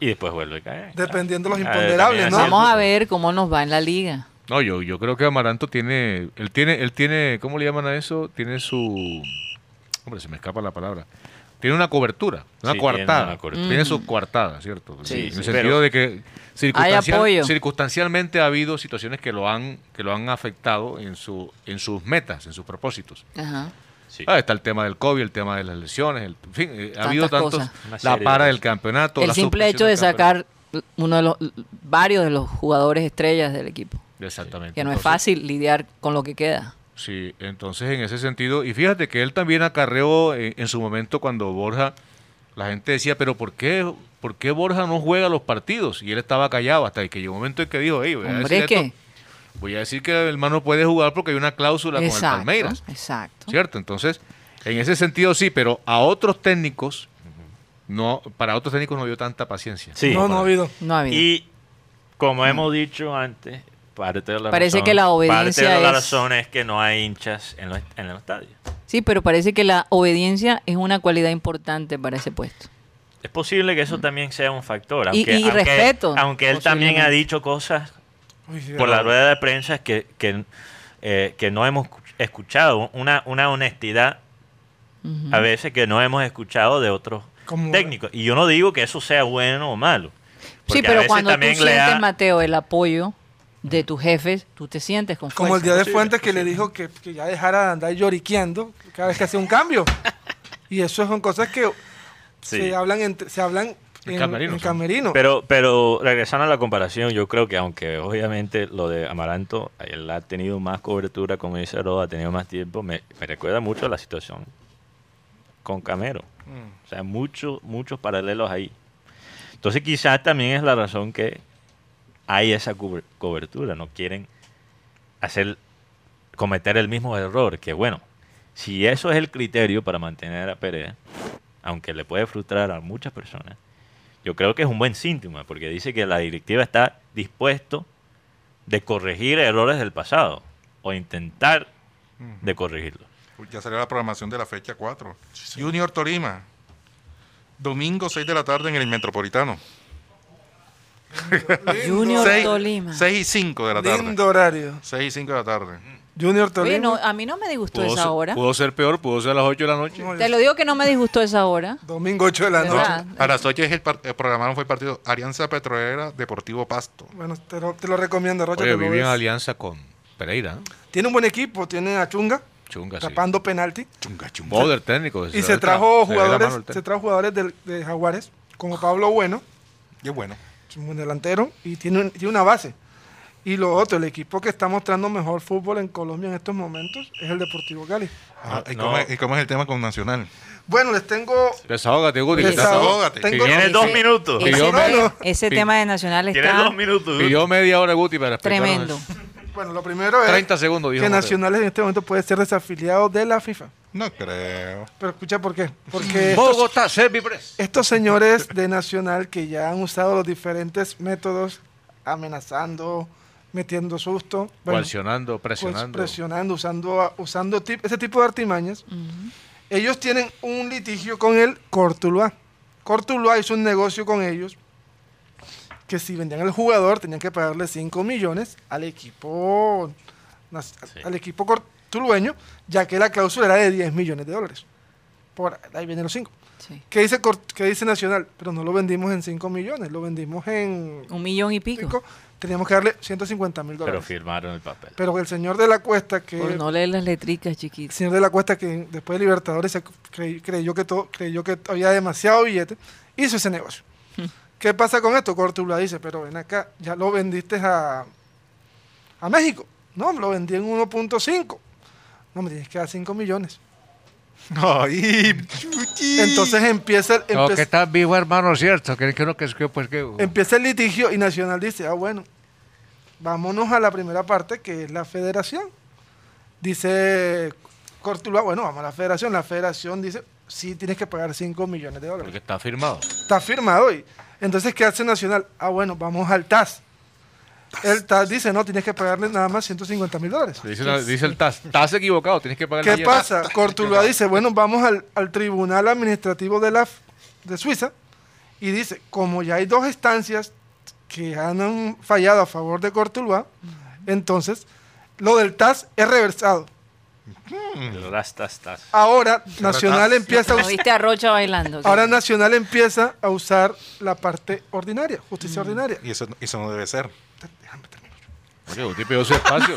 [SPEAKER 5] Y después vuelve a caer.
[SPEAKER 6] Dependiendo de los
[SPEAKER 5] Ah,
[SPEAKER 6] imponderables,
[SPEAKER 5] también
[SPEAKER 6] ¿no?
[SPEAKER 5] es
[SPEAKER 3] Vamos
[SPEAKER 5] cierto.
[SPEAKER 3] a ver cómo nos va en la liga.
[SPEAKER 4] No, yo, yo creo que Amaranto tiene, él tiene, él tiene, ¿cómo le llaman a eso? Tiene su, hombre, se me escapa la palabra. Tiene una cobertura, una
[SPEAKER 5] Sí, tiene
[SPEAKER 4] coartada. Tiene,
[SPEAKER 5] una cobertura. Mm.
[SPEAKER 4] su coartada, ¿cierto?
[SPEAKER 5] Sí,
[SPEAKER 4] en
[SPEAKER 5] sí,
[SPEAKER 4] el sentido
[SPEAKER 5] pero-
[SPEAKER 4] de que circunstancial-
[SPEAKER 3] apoyo.
[SPEAKER 4] circunstancialmente ha habido situaciones que lo han, que lo han afectado en su, en sus metas, en sus propósitos.
[SPEAKER 3] Ajá.
[SPEAKER 5] Sí.
[SPEAKER 4] Ah, está el tema del COVID, el tema de las lesiones, el, en fin, eh, ha
[SPEAKER 3] Tantas
[SPEAKER 4] habido tantos,
[SPEAKER 3] cosas.
[SPEAKER 5] Una serie
[SPEAKER 4] la
[SPEAKER 5] de
[SPEAKER 4] para del
[SPEAKER 5] cosas.
[SPEAKER 4] campeonato.
[SPEAKER 3] El
[SPEAKER 4] la
[SPEAKER 3] simple hecho
[SPEAKER 4] suspensión
[SPEAKER 3] de
[SPEAKER 4] del campeonato.
[SPEAKER 3] sacar uno de los varios de los jugadores estrellas del equipo,
[SPEAKER 4] Exactamente.
[SPEAKER 3] que no es
[SPEAKER 4] Entonces,
[SPEAKER 3] fácil lidiar con lo que queda.
[SPEAKER 4] Sí, entonces en ese sentido, y fíjate que él también acarreó eh, en su momento cuando Borja, la gente decía, pero ¿por qué, por qué Borja no juega los partidos? Y él estaba callado hasta que llegó un momento en que dijo, "Ey, voy, a
[SPEAKER 3] Hombre,
[SPEAKER 4] decir esto.
[SPEAKER 3] ¿qué?
[SPEAKER 4] voy a decir que el man no puede jugar porque hay una cláusula con el
[SPEAKER 3] Exacto,
[SPEAKER 4] Palmeiras,
[SPEAKER 3] exacto.
[SPEAKER 4] ¿cierto? Entonces, en ese sentido sí, pero a otros técnicos, no, para otros técnicos no dio tanta paciencia.
[SPEAKER 5] Sí.
[SPEAKER 6] no, no ha habido.
[SPEAKER 3] No ha habido.
[SPEAKER 5] Y como hemos dicho antes, parte de la
[SPEAKER 3] Parece
[SPEAKER 5] razón-
[SPEAKER 3] que la obediencia
[SPEAKER 5] parte de la
[SPEAKER 3] es-
[SPEAKER 5] razón es que no hay hinchas en los, en los estadios.
[SPEAKER 3] Sí, pero parece que la obediencia es una cualidad importante para ese puesto.
[SPEAKER 5] Es posible que eso también sea un
[SPEAKER 3] Y-
[SPEAKER 5] factor. Aunque,
[SPEAKER 3] y
[SPEAKER 5] aunque-
[SPEAKER 3] respeto,
[SPEAKER 5] Aunque él también ha
[SPEAKER 3] posiblemente.
[SPEAKER 5] dicho cosas
[SPEAKER 6] Uy, sí,
[SPEAKER 5] por
[SPEAKER 6] ahora-
[SPEAKER 5] la rueda de prensa que, que, eh, que no hemos escuchado. Una, una honestidad
[SPEAKER 3] Ujú.
[SPEAKER 5] a veces que no hemos escuchado de otros
[SPEAKER 6] Como-
[SPEAKER 5] técnicos. Y yo no digo que eso sea bueno o malo.
[SPEAKER 3] Sí,
[SPEAKER 5] porque a
[SPEAKER 3] pero
[SPEAKER 5] veces
[SPEAKER 3] cuando tú
[SPEAKER 5] también le
[SPEAKER 3] sientes,
[SPEAKER 5] ha-
[SPEAKER 3] Mateo, el apoyo de tus jefes, tú te sientes con
[SPEAKER 6] Como el
[SPEAKER 3] fuerza.
[SPEAKER 6] día de Fuentes que le dijo que, que ya dejara de andar lloriqueando cada vez que hacía un cambio. Y eso son cosas que
[SPEAKER 5] Sí.
[SPEAKER 6] se hablan, entre- se hablan
[SPEAKER 4] En
[SPEAKER 6] en,
[SPEAKER 4] camerino,
[SPEAKER 6] en
[SPEAKER 4] sí.
[SPEAKER 6] camerino.
[SPEAKER 5] Pero, pero regresando a la comparación, yo creo que aunque obviamente lo de Amaranto, él ha tenido más cobertura, como dice Roda, ha tenido más tiempo, me, me recuerda mucho a la situación con Camero. O sea, muchos, muchos paralelos ahí. Entonces quizás también es la razón que hay esa cuber- cobertura. No quieren hacer, cometer el mismo error. Que bueno, si eso es el criterio para mantener a Pérez, aunque le puede frustrar a muchas personas, yo creo que es un buen síntoma, porque dice que la directiva está dispuesto de corregir errores del pasado o intentar de corregirlos.
[SPEAKER 1] Ya salió la programación de la fecha 4. Junior Tolima. Domingo 6 de la tarde en el Metropolitano.
[SPEAKER 3] Junior
[SPEAKER 1] 6,
[SPEAKER 3] Tolima.
[SPEAKER 1] 6 y 5 de la tarde.
[SPEAKER 6] Lindo horario.
[SPEAKER 1] 6 y 5 de la tarde.
[SPEAKER 6] Junior
[SPEAKER 3] Oye,
[SPEAKER 6] Tolima.
[SPEAKER 3] no, a mí no me disgustó
[SPEAKER 4] Pudo
[SPEAKER 3] esa
[SPEAKER 4] ser,
[SPEAKER 3] hora.
[SPEAKER 4] pudo ser peor, pudo ser a las 8 de la noche.
[SPEAKER 6] No,
[SPEAKER 3] Te lo digo que no me disgustó esa hora.
[SPEAKER 6] Domingo 8 de la noche.
[SPEAKER 3] ¿Verdad?
[SPEAKER 1] A las 8 es el, par- eh, programaron fue el partido Alianza Petrolera Deportivo Pasto.
[SPEAKER 6] Bueno, te lo, te lo recomiendo, Rocha.
[SPEAKER 4] Oye,
[SPEAKER 6] te lo
[SPEAKER 4] vive en
[SPEAKER 6] ves.
[SPEAKER 4] alianza con Pereira. ¿no?
[SPEAKER 6] Tiene un buen equipo, tiene a Chunga
[SPEAKER 4] Chunga, Pues sí. Pues
[SPEAKER 6] tapando penalti.
[SPEAKER 4] Poder técnico.
[SPEAKER 6] Y se trajo
[SPEAKER 4] le dio la mano
[SPEAKER 6] jugadores,
[SPEAKER 4] al
[SPEAKER 6] se
[SPEAKER 4] técnico.
[SPEAKER 6] trajo jugadores del- de, Jaguares, como Pablo Bueno,
[SPEAKER 1] Y es bueno.
[SPEAKER 6] es un buen delantero, y tiene, un- tiene una base. Y lo otro, el equipo que está mostrando mejor fútbol en Colombia en estos momentos es el Deportivo Cali.
[SPEAKER 1] Ah, ¿y,
[SPEAKER 5] no.
[SPEAKER 1] cómo es, y cómo es el tema con Nacional?
[SPEAKER 6] Bueno, les tengo...
[SPEAKER 4] Desahógate, Guti. que
[SPEAKER 1] Desahógate.
[SPEAKER 4] estás-
[SPEAKER 1] desahógate.
[SPEAKER 6] tengo-
[SPEAKER 5] Tiene dos
[SPEAKER 3] Ese-
[SPEAKER 5] minutos.
[SPEAKER 3] Ese,
[SPEAKER 4] Pidió media-
[SPEAKER 3] ese
[SPEAKER 4] pi-
[SPEAKER 3] tema de Nacional
[SPEAKER 5] Tiene
[SPEAKER 3] está
[SPEAKER 5] dos minutos.
[SPEAKER 4] Pidió media hora Guti para explicarnos
[SPEAKER 3] tremendo.
[SPEAKER 4] eso.
[SPEAKER 6] Bueno, lo primero es
[SPEAKER 4] 30 segundos, dijo
[SPEAKER 6] que
[SPEAKER 4] Mateo.
[SPEAKER 6] Nacionales en este momento puede ser desafiliado de la FIFA.
[SPEAKER 1] No creo.
[SPEAKER 6] Pero escucha por qué. Porque estos-
[SPEAKER 4] Mm. Bogotá, Servipres.
[SPEAKER 6] Estos señores de Nacional que ya han usado los diferentes métodos, amenazando, metiendo susto, bueno,
[SPEAKER 4] Coaccionando,
[SPEAKER 6] pues,
[SPEAKER 4] presionando.
[SPEAKER 6] presionando, usando, a- usando tip- ese tipo de artimañas, ellos tienen un litigio con el Cortuluá. Cortuluá hizo un negocio con ellos que si vendían al jugador tenían que pagarle 5 millones al equipo, nas- al equipo cortulueño, ya que la cláusula era de 10 millones de dólares. Por ahí vienen los 5.
[SPEAKER 3] Sí.
[SPEAKER 6] ¿Qué dice, Cor- qué dice Nacional? Pero no lo vendimos en 5 millones, lo vendimos en
[SPEAKER 3] Un millón y pico.
[SPEAKER 6] pico. Teníamos que darle 150 mil
[SPEAKER 5] Pero
[SPEAKER 6] dólares.
[SPEAKER 5] firmaron el papel.
[SPEAKER 6] Pero el señor de la cuesta, que
[SPEAKER 3] Por no leer las letricas,
[SPEAKER 6] el
[SPEAKER 3] chiquitos.
[SPEAKER 6] señor de la cuesta que después de Libertadores se crey- creyó que todo, creyó que había demasiado billete, hizo ese negocio. ¿Qué pasa con esto? Cortula dice, pero ven acá, ya lo vendiste a, a México. No, lo vendí en 1.5. No, me tienes que dar 5 millones. Entonces empieza el...
[SPEAKER 4] No,
[SPEAKER 6] empieza-
[SPEAKER 4] que estás vivo, hermano, cierto. Que que uno que es que, pues, que.
[SPEAKER 6] Empieza el litigio y Nacional dice, ah, bueno, vámonos a la primera parte, que es la federación. Dice Cortuluá, bueno, vamos a la federación. La federación dice, sí, tienes que pagar 5 millones de dólares.
[SPEAKER 4] Porque está firmado.
[SPEAKER 6] Está firmado y entonces, ¿qué hace Nacional? Ah, bueno, vamos al TAS. El TAS dice, no, tienes que pagarle nada más 150 mil dólares.
[SPEAKER 4] Dice, la- dice el TAS. Estás equivocado, tienes que pagar
[SPEAKER 6] ¿Qué pasa? Cortuluá dice, bueno, vamos al, al Tribunal Administrativo de, la, F- de Suiza y dice, como ya hay dos estancias que han um, fallado a favor de Cortuluá, entonces lo del TAS es reversado.
[SPEAKER 5] Rastas, tas.
[SPEAKER 1] Ah,
[SPEAKER 6] Ahora Nacional empieza a, us-
[SPEAKER 3] Oíste a Rocha bailando. ok.
[SPEAKER 6] ahora Nacional empieza a usar la parte ordinaria, justicia ordinaria.
[SPEAKER 1] Y eso, eso no debe ser.
[SPEAKER 4] Oye, Guti pidió su espacio.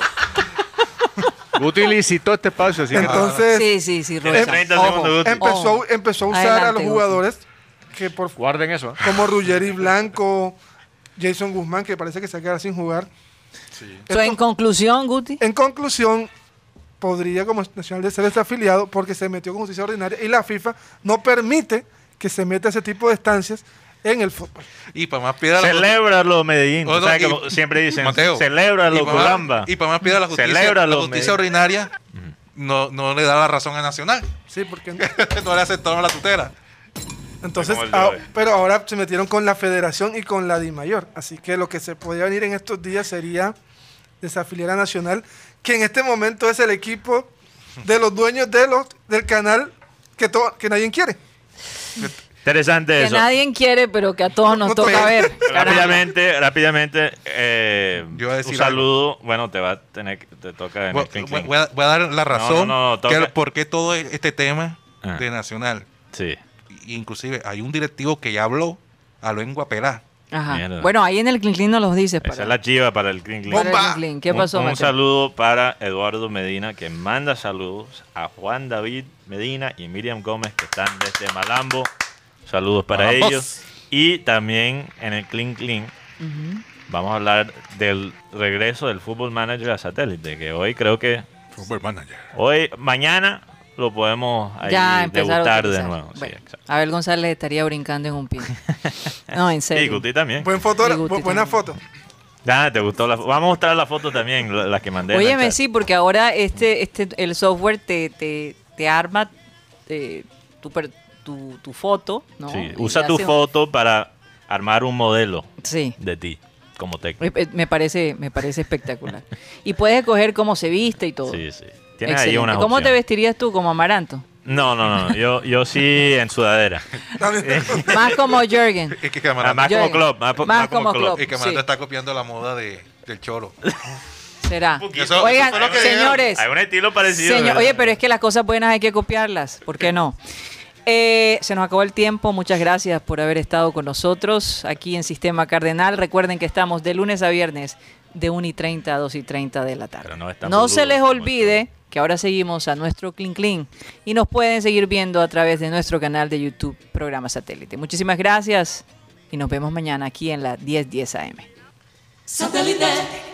[SPEAKER 4] Guti licitó este espacio, así que.
[SPEAKER 6] Entonces
[SPEAKER 3] Sí, sí, sí,
[SPEAKER 5] Tiene
[SPEAKER 3] Rocha.
[SPEAKER 5] 30
[SPEAKER 6] ojo,
[SPEAKER 5] segundos, Guti.
[SPEAKER 6] empezó, empezó a usar a
[SPEAKER 3] Adelante,
[SPEAKER 6] los
[SPEAKER 3] Guti.
[SPEAKER 6] jugadores que por
[SPEAKER 4] Guarden eso. ¿eh?
[SPEAKER 6] como Ruggeri Blanco, Jason Guzmán, que parece que se va a quedar sin jugar.
[SPEAKER 3] So, en conclusión, Guti,
[SPEAKER 6] En conclusión, podría como Nacional de ser desafiliado porque se metió con justicia ordinaria y la FIFA no permite que se meta ese tipo de estancias en el fútbol.
[SPEAKER 1] Y para más piedra.
[SPEAKER 5] Celébralo, Medellín.
[SPEAKER 1] Oh, no,
[SPEAKER 5] O sea,
[SPEAKER 1] y-
[SPEAKER 5] como siempre dicen,
[SPEAKER 1] Mateo,
[SPEAKER 5] celébralo,
[SPEAKER 1] y pa' más-
[SPEAKER 5] Colamba.
[SPEAKER 1] Y para más piedra la justicia,
[SPEAKER 5] Celébralo,
[SPEAKER 1] la justicia
[SPEAKER 5] me-
[SPEAKER 1] ordinaria
[SPEAKER 5] Mm.
[SPEAKER 1] no, no le da la razón a Nacional.
[SPEAKER 6] Sí, porque
[SPEAKER 1] no le aceptaron la tutela.
[SPEAKER 6] entonces,
[SPEAKER 5] Como el de
[SPEAKER 6] ah,
[SPEAKER 5] hoy.
[SPEAKER 6] pero ahora se metieron con la Federación y con la DIMAYOR, así que lo que se podría venir en estos días sería desafiliar a Nacional, que en este momento es el equipo de los dueños de los del canal que todo que nadie quiere.
[SPEAKER 5] Interesante
[SPEAKER 3] que
[SPEAKER 5] eso.
[SPEAKER 3] nadie quiere, pero que a todos nos
[SPEAKER 6] No te-
[SPEAKER 3] toca ver. Caramba.
[SPEAKER 5] Rápidamente, rápidamente, eh,
[SPEAKER 1] Yo iba a decir
[SPEAKER 5] un saludo. Bueno, te va a tener, que- te toca en
[SPEAKER 1] Voy,
[SPEAKER 5] el clink,
[SPEAKER 1] voy-
[SPEAKER 5] clink.
[SPEAKER 1] voy a, voy a dar la
[SPEAKER 5] no,
[SPEAKER 1] razón
[SPEAKER 5] no, no, toca.
[SPEAKER 1] que el- por qué todo este tema
[SPEAKER 5] Ah.
[SPEAKER 1] de Nacional.
[SPEAKER 5] Sí.
[SPEAKER 1] Y- Inclusive hay un directivo que ya habló a lengua pelá.
[SPEAKER 3] Ajá.
[SPEAKER 5] Mierda.
[SPEAKER 3] Bueno, ahí en el Clean Clean nos los dices.
[SPEAKER 5] Esa
[SPEAKER 3] Para,
[SPEAKER 5] es la chiva para el clink, clink.
[SPEAKER 3] para el
[SPEAKER 1] ¡Bomba!
[SPEAKER 3] Clean Clean. ¿Qué
[SPEAKER 5] Un-
[SPEAKER 3] pasó,
[SPEAKER 5] un,
[SPEAKER 3] Mateo?
[SPEAKER 5] saludo para Eduardo Medina, que manda saludos a Juan David Medina y Miriam Gómez, que están desde Malambo. Saludos para
[SPEAKER 4] Vamos.
[SPEAKER 5] ellos. Y también en el Clean Clean vamos a hablar del regreso del Fútbol Manager a satélite, que hoy creo que
[SPEAKER 1] Fútbol manager.
[SPEAKER 5] hoy, mañana lo podemos ahí
[SPEAKER 3] ya empezaron a
[SPEAKER 5] debutar de
[SPEAKER 3] utilizar.
[SPEAKER 5] nuevo. Sí,
[SPEAKER 3] Bueno,
[SPEAKER 5] exacto.
[SPEAKER 3] Abel González estaría brincando en un pie. No, en
[SPEAKER 5] Y
[SPEAKER 3] serio.
[SPEAKER 5] Guti también.
[SPEAKER 6] Buen fotógrafo,
[SPEAKER 3] Guti
[SPEAKER 6] bu- buena
[SPEAKER 3] también.
[SPEAKER 6] foto.
[SPEAKER 5] Ah, te gustó la fo- Vamos a mostrar la foto también, la, la que mandé. en el
[SPEAKER 3] Óyeme,
[SPEAKER 5] chat.
[SPEAKER 3] sí, porque ahora este, este, el software te, te, te arma eh, tu, per- tu, tu foto, ¿no?
[SPEAKER 5] Sí,
[SPEAKER 3] Y
[SPEAKER 5] Usa
[SPEAKER 3] te
[SPEAKER 5] tu
[SPEAKER 3] hace un-
[SPEAKER 5] foto para armar un modelo
[SPEAKER 3] Sí,
[SPEAKER 5] de ti como técnico.
[SPEAKER 3] eh, eh, me parece, me parece espectacular. y puedes escoger cómo se viste y todo.
[SPEAKER 5] Sí, sí. Tienes ahí
[SPEAKER 3] Excelente.
[SPEAKER 5] una
[SPEAKER 3] ¿Cómo te vestirías tú como amaranto?
[SPEAKER 5] No, no, no. no. Yo, yo sí en sudadera.
[SPEAKER 3] Más como Jürgen.
[SPEAKER 1] Es que
[SPEAKER 5] Ah,
[SPEAKER 1] Camarata,
[SPEAKER 5] más
[SPEAKER 3] Yo-
[SPEAKER 5] como club. Más, po-
[SPEAKER 3] más
[SPEAKER 5] más como
[SPEAKER 3] como
[SPEAKER 5] club.
[SPEAKER 3] Klopp.
[SPEAKER 1] es que Camarata
[SPEAKER 3] sí.
[SPEAKER 1] está copiando la moda de, del choro.
[SPEAKER 3] Será.
[SPEAKER 5] poquito.
[SPEAKER 1] Eso- eso
[SPEAKER 3] Oigan,
[SPEAKER 1] fue lo que dijeron.
[SPEAKER 3] señores.
[SPEAKER 5] Hay un estilo parecido.
[SPEAKER 3] Señor-
[SPEAKER 5] ¿verdad?
[SPEAKER 3] oye, pero es que las cosas buenas hay que copiarlas, ¿por qué no? Eh, se nos acabó el tiempo, muchas gracias por haber estado con nosotros aquí en Sistema Cardenal. Recuerden que estamos de lunes a viernes de 1 y 30 a 2 y 30 de la tarde.
[SPEAKER 5] Pero no estamos
[SPEAKER 3] se les
[SPEAKER 5] duros,
[SPEAKER 3] olvide que ahora seguimos a nuestro Clean Clean y nos pueden seguir viendo a través de nuestro canal de YouTube Programa Satélite. Muchísimas gracias y nos vemos mañana aquí en la 1010 AM.
[SPEAKER 10] Satellite.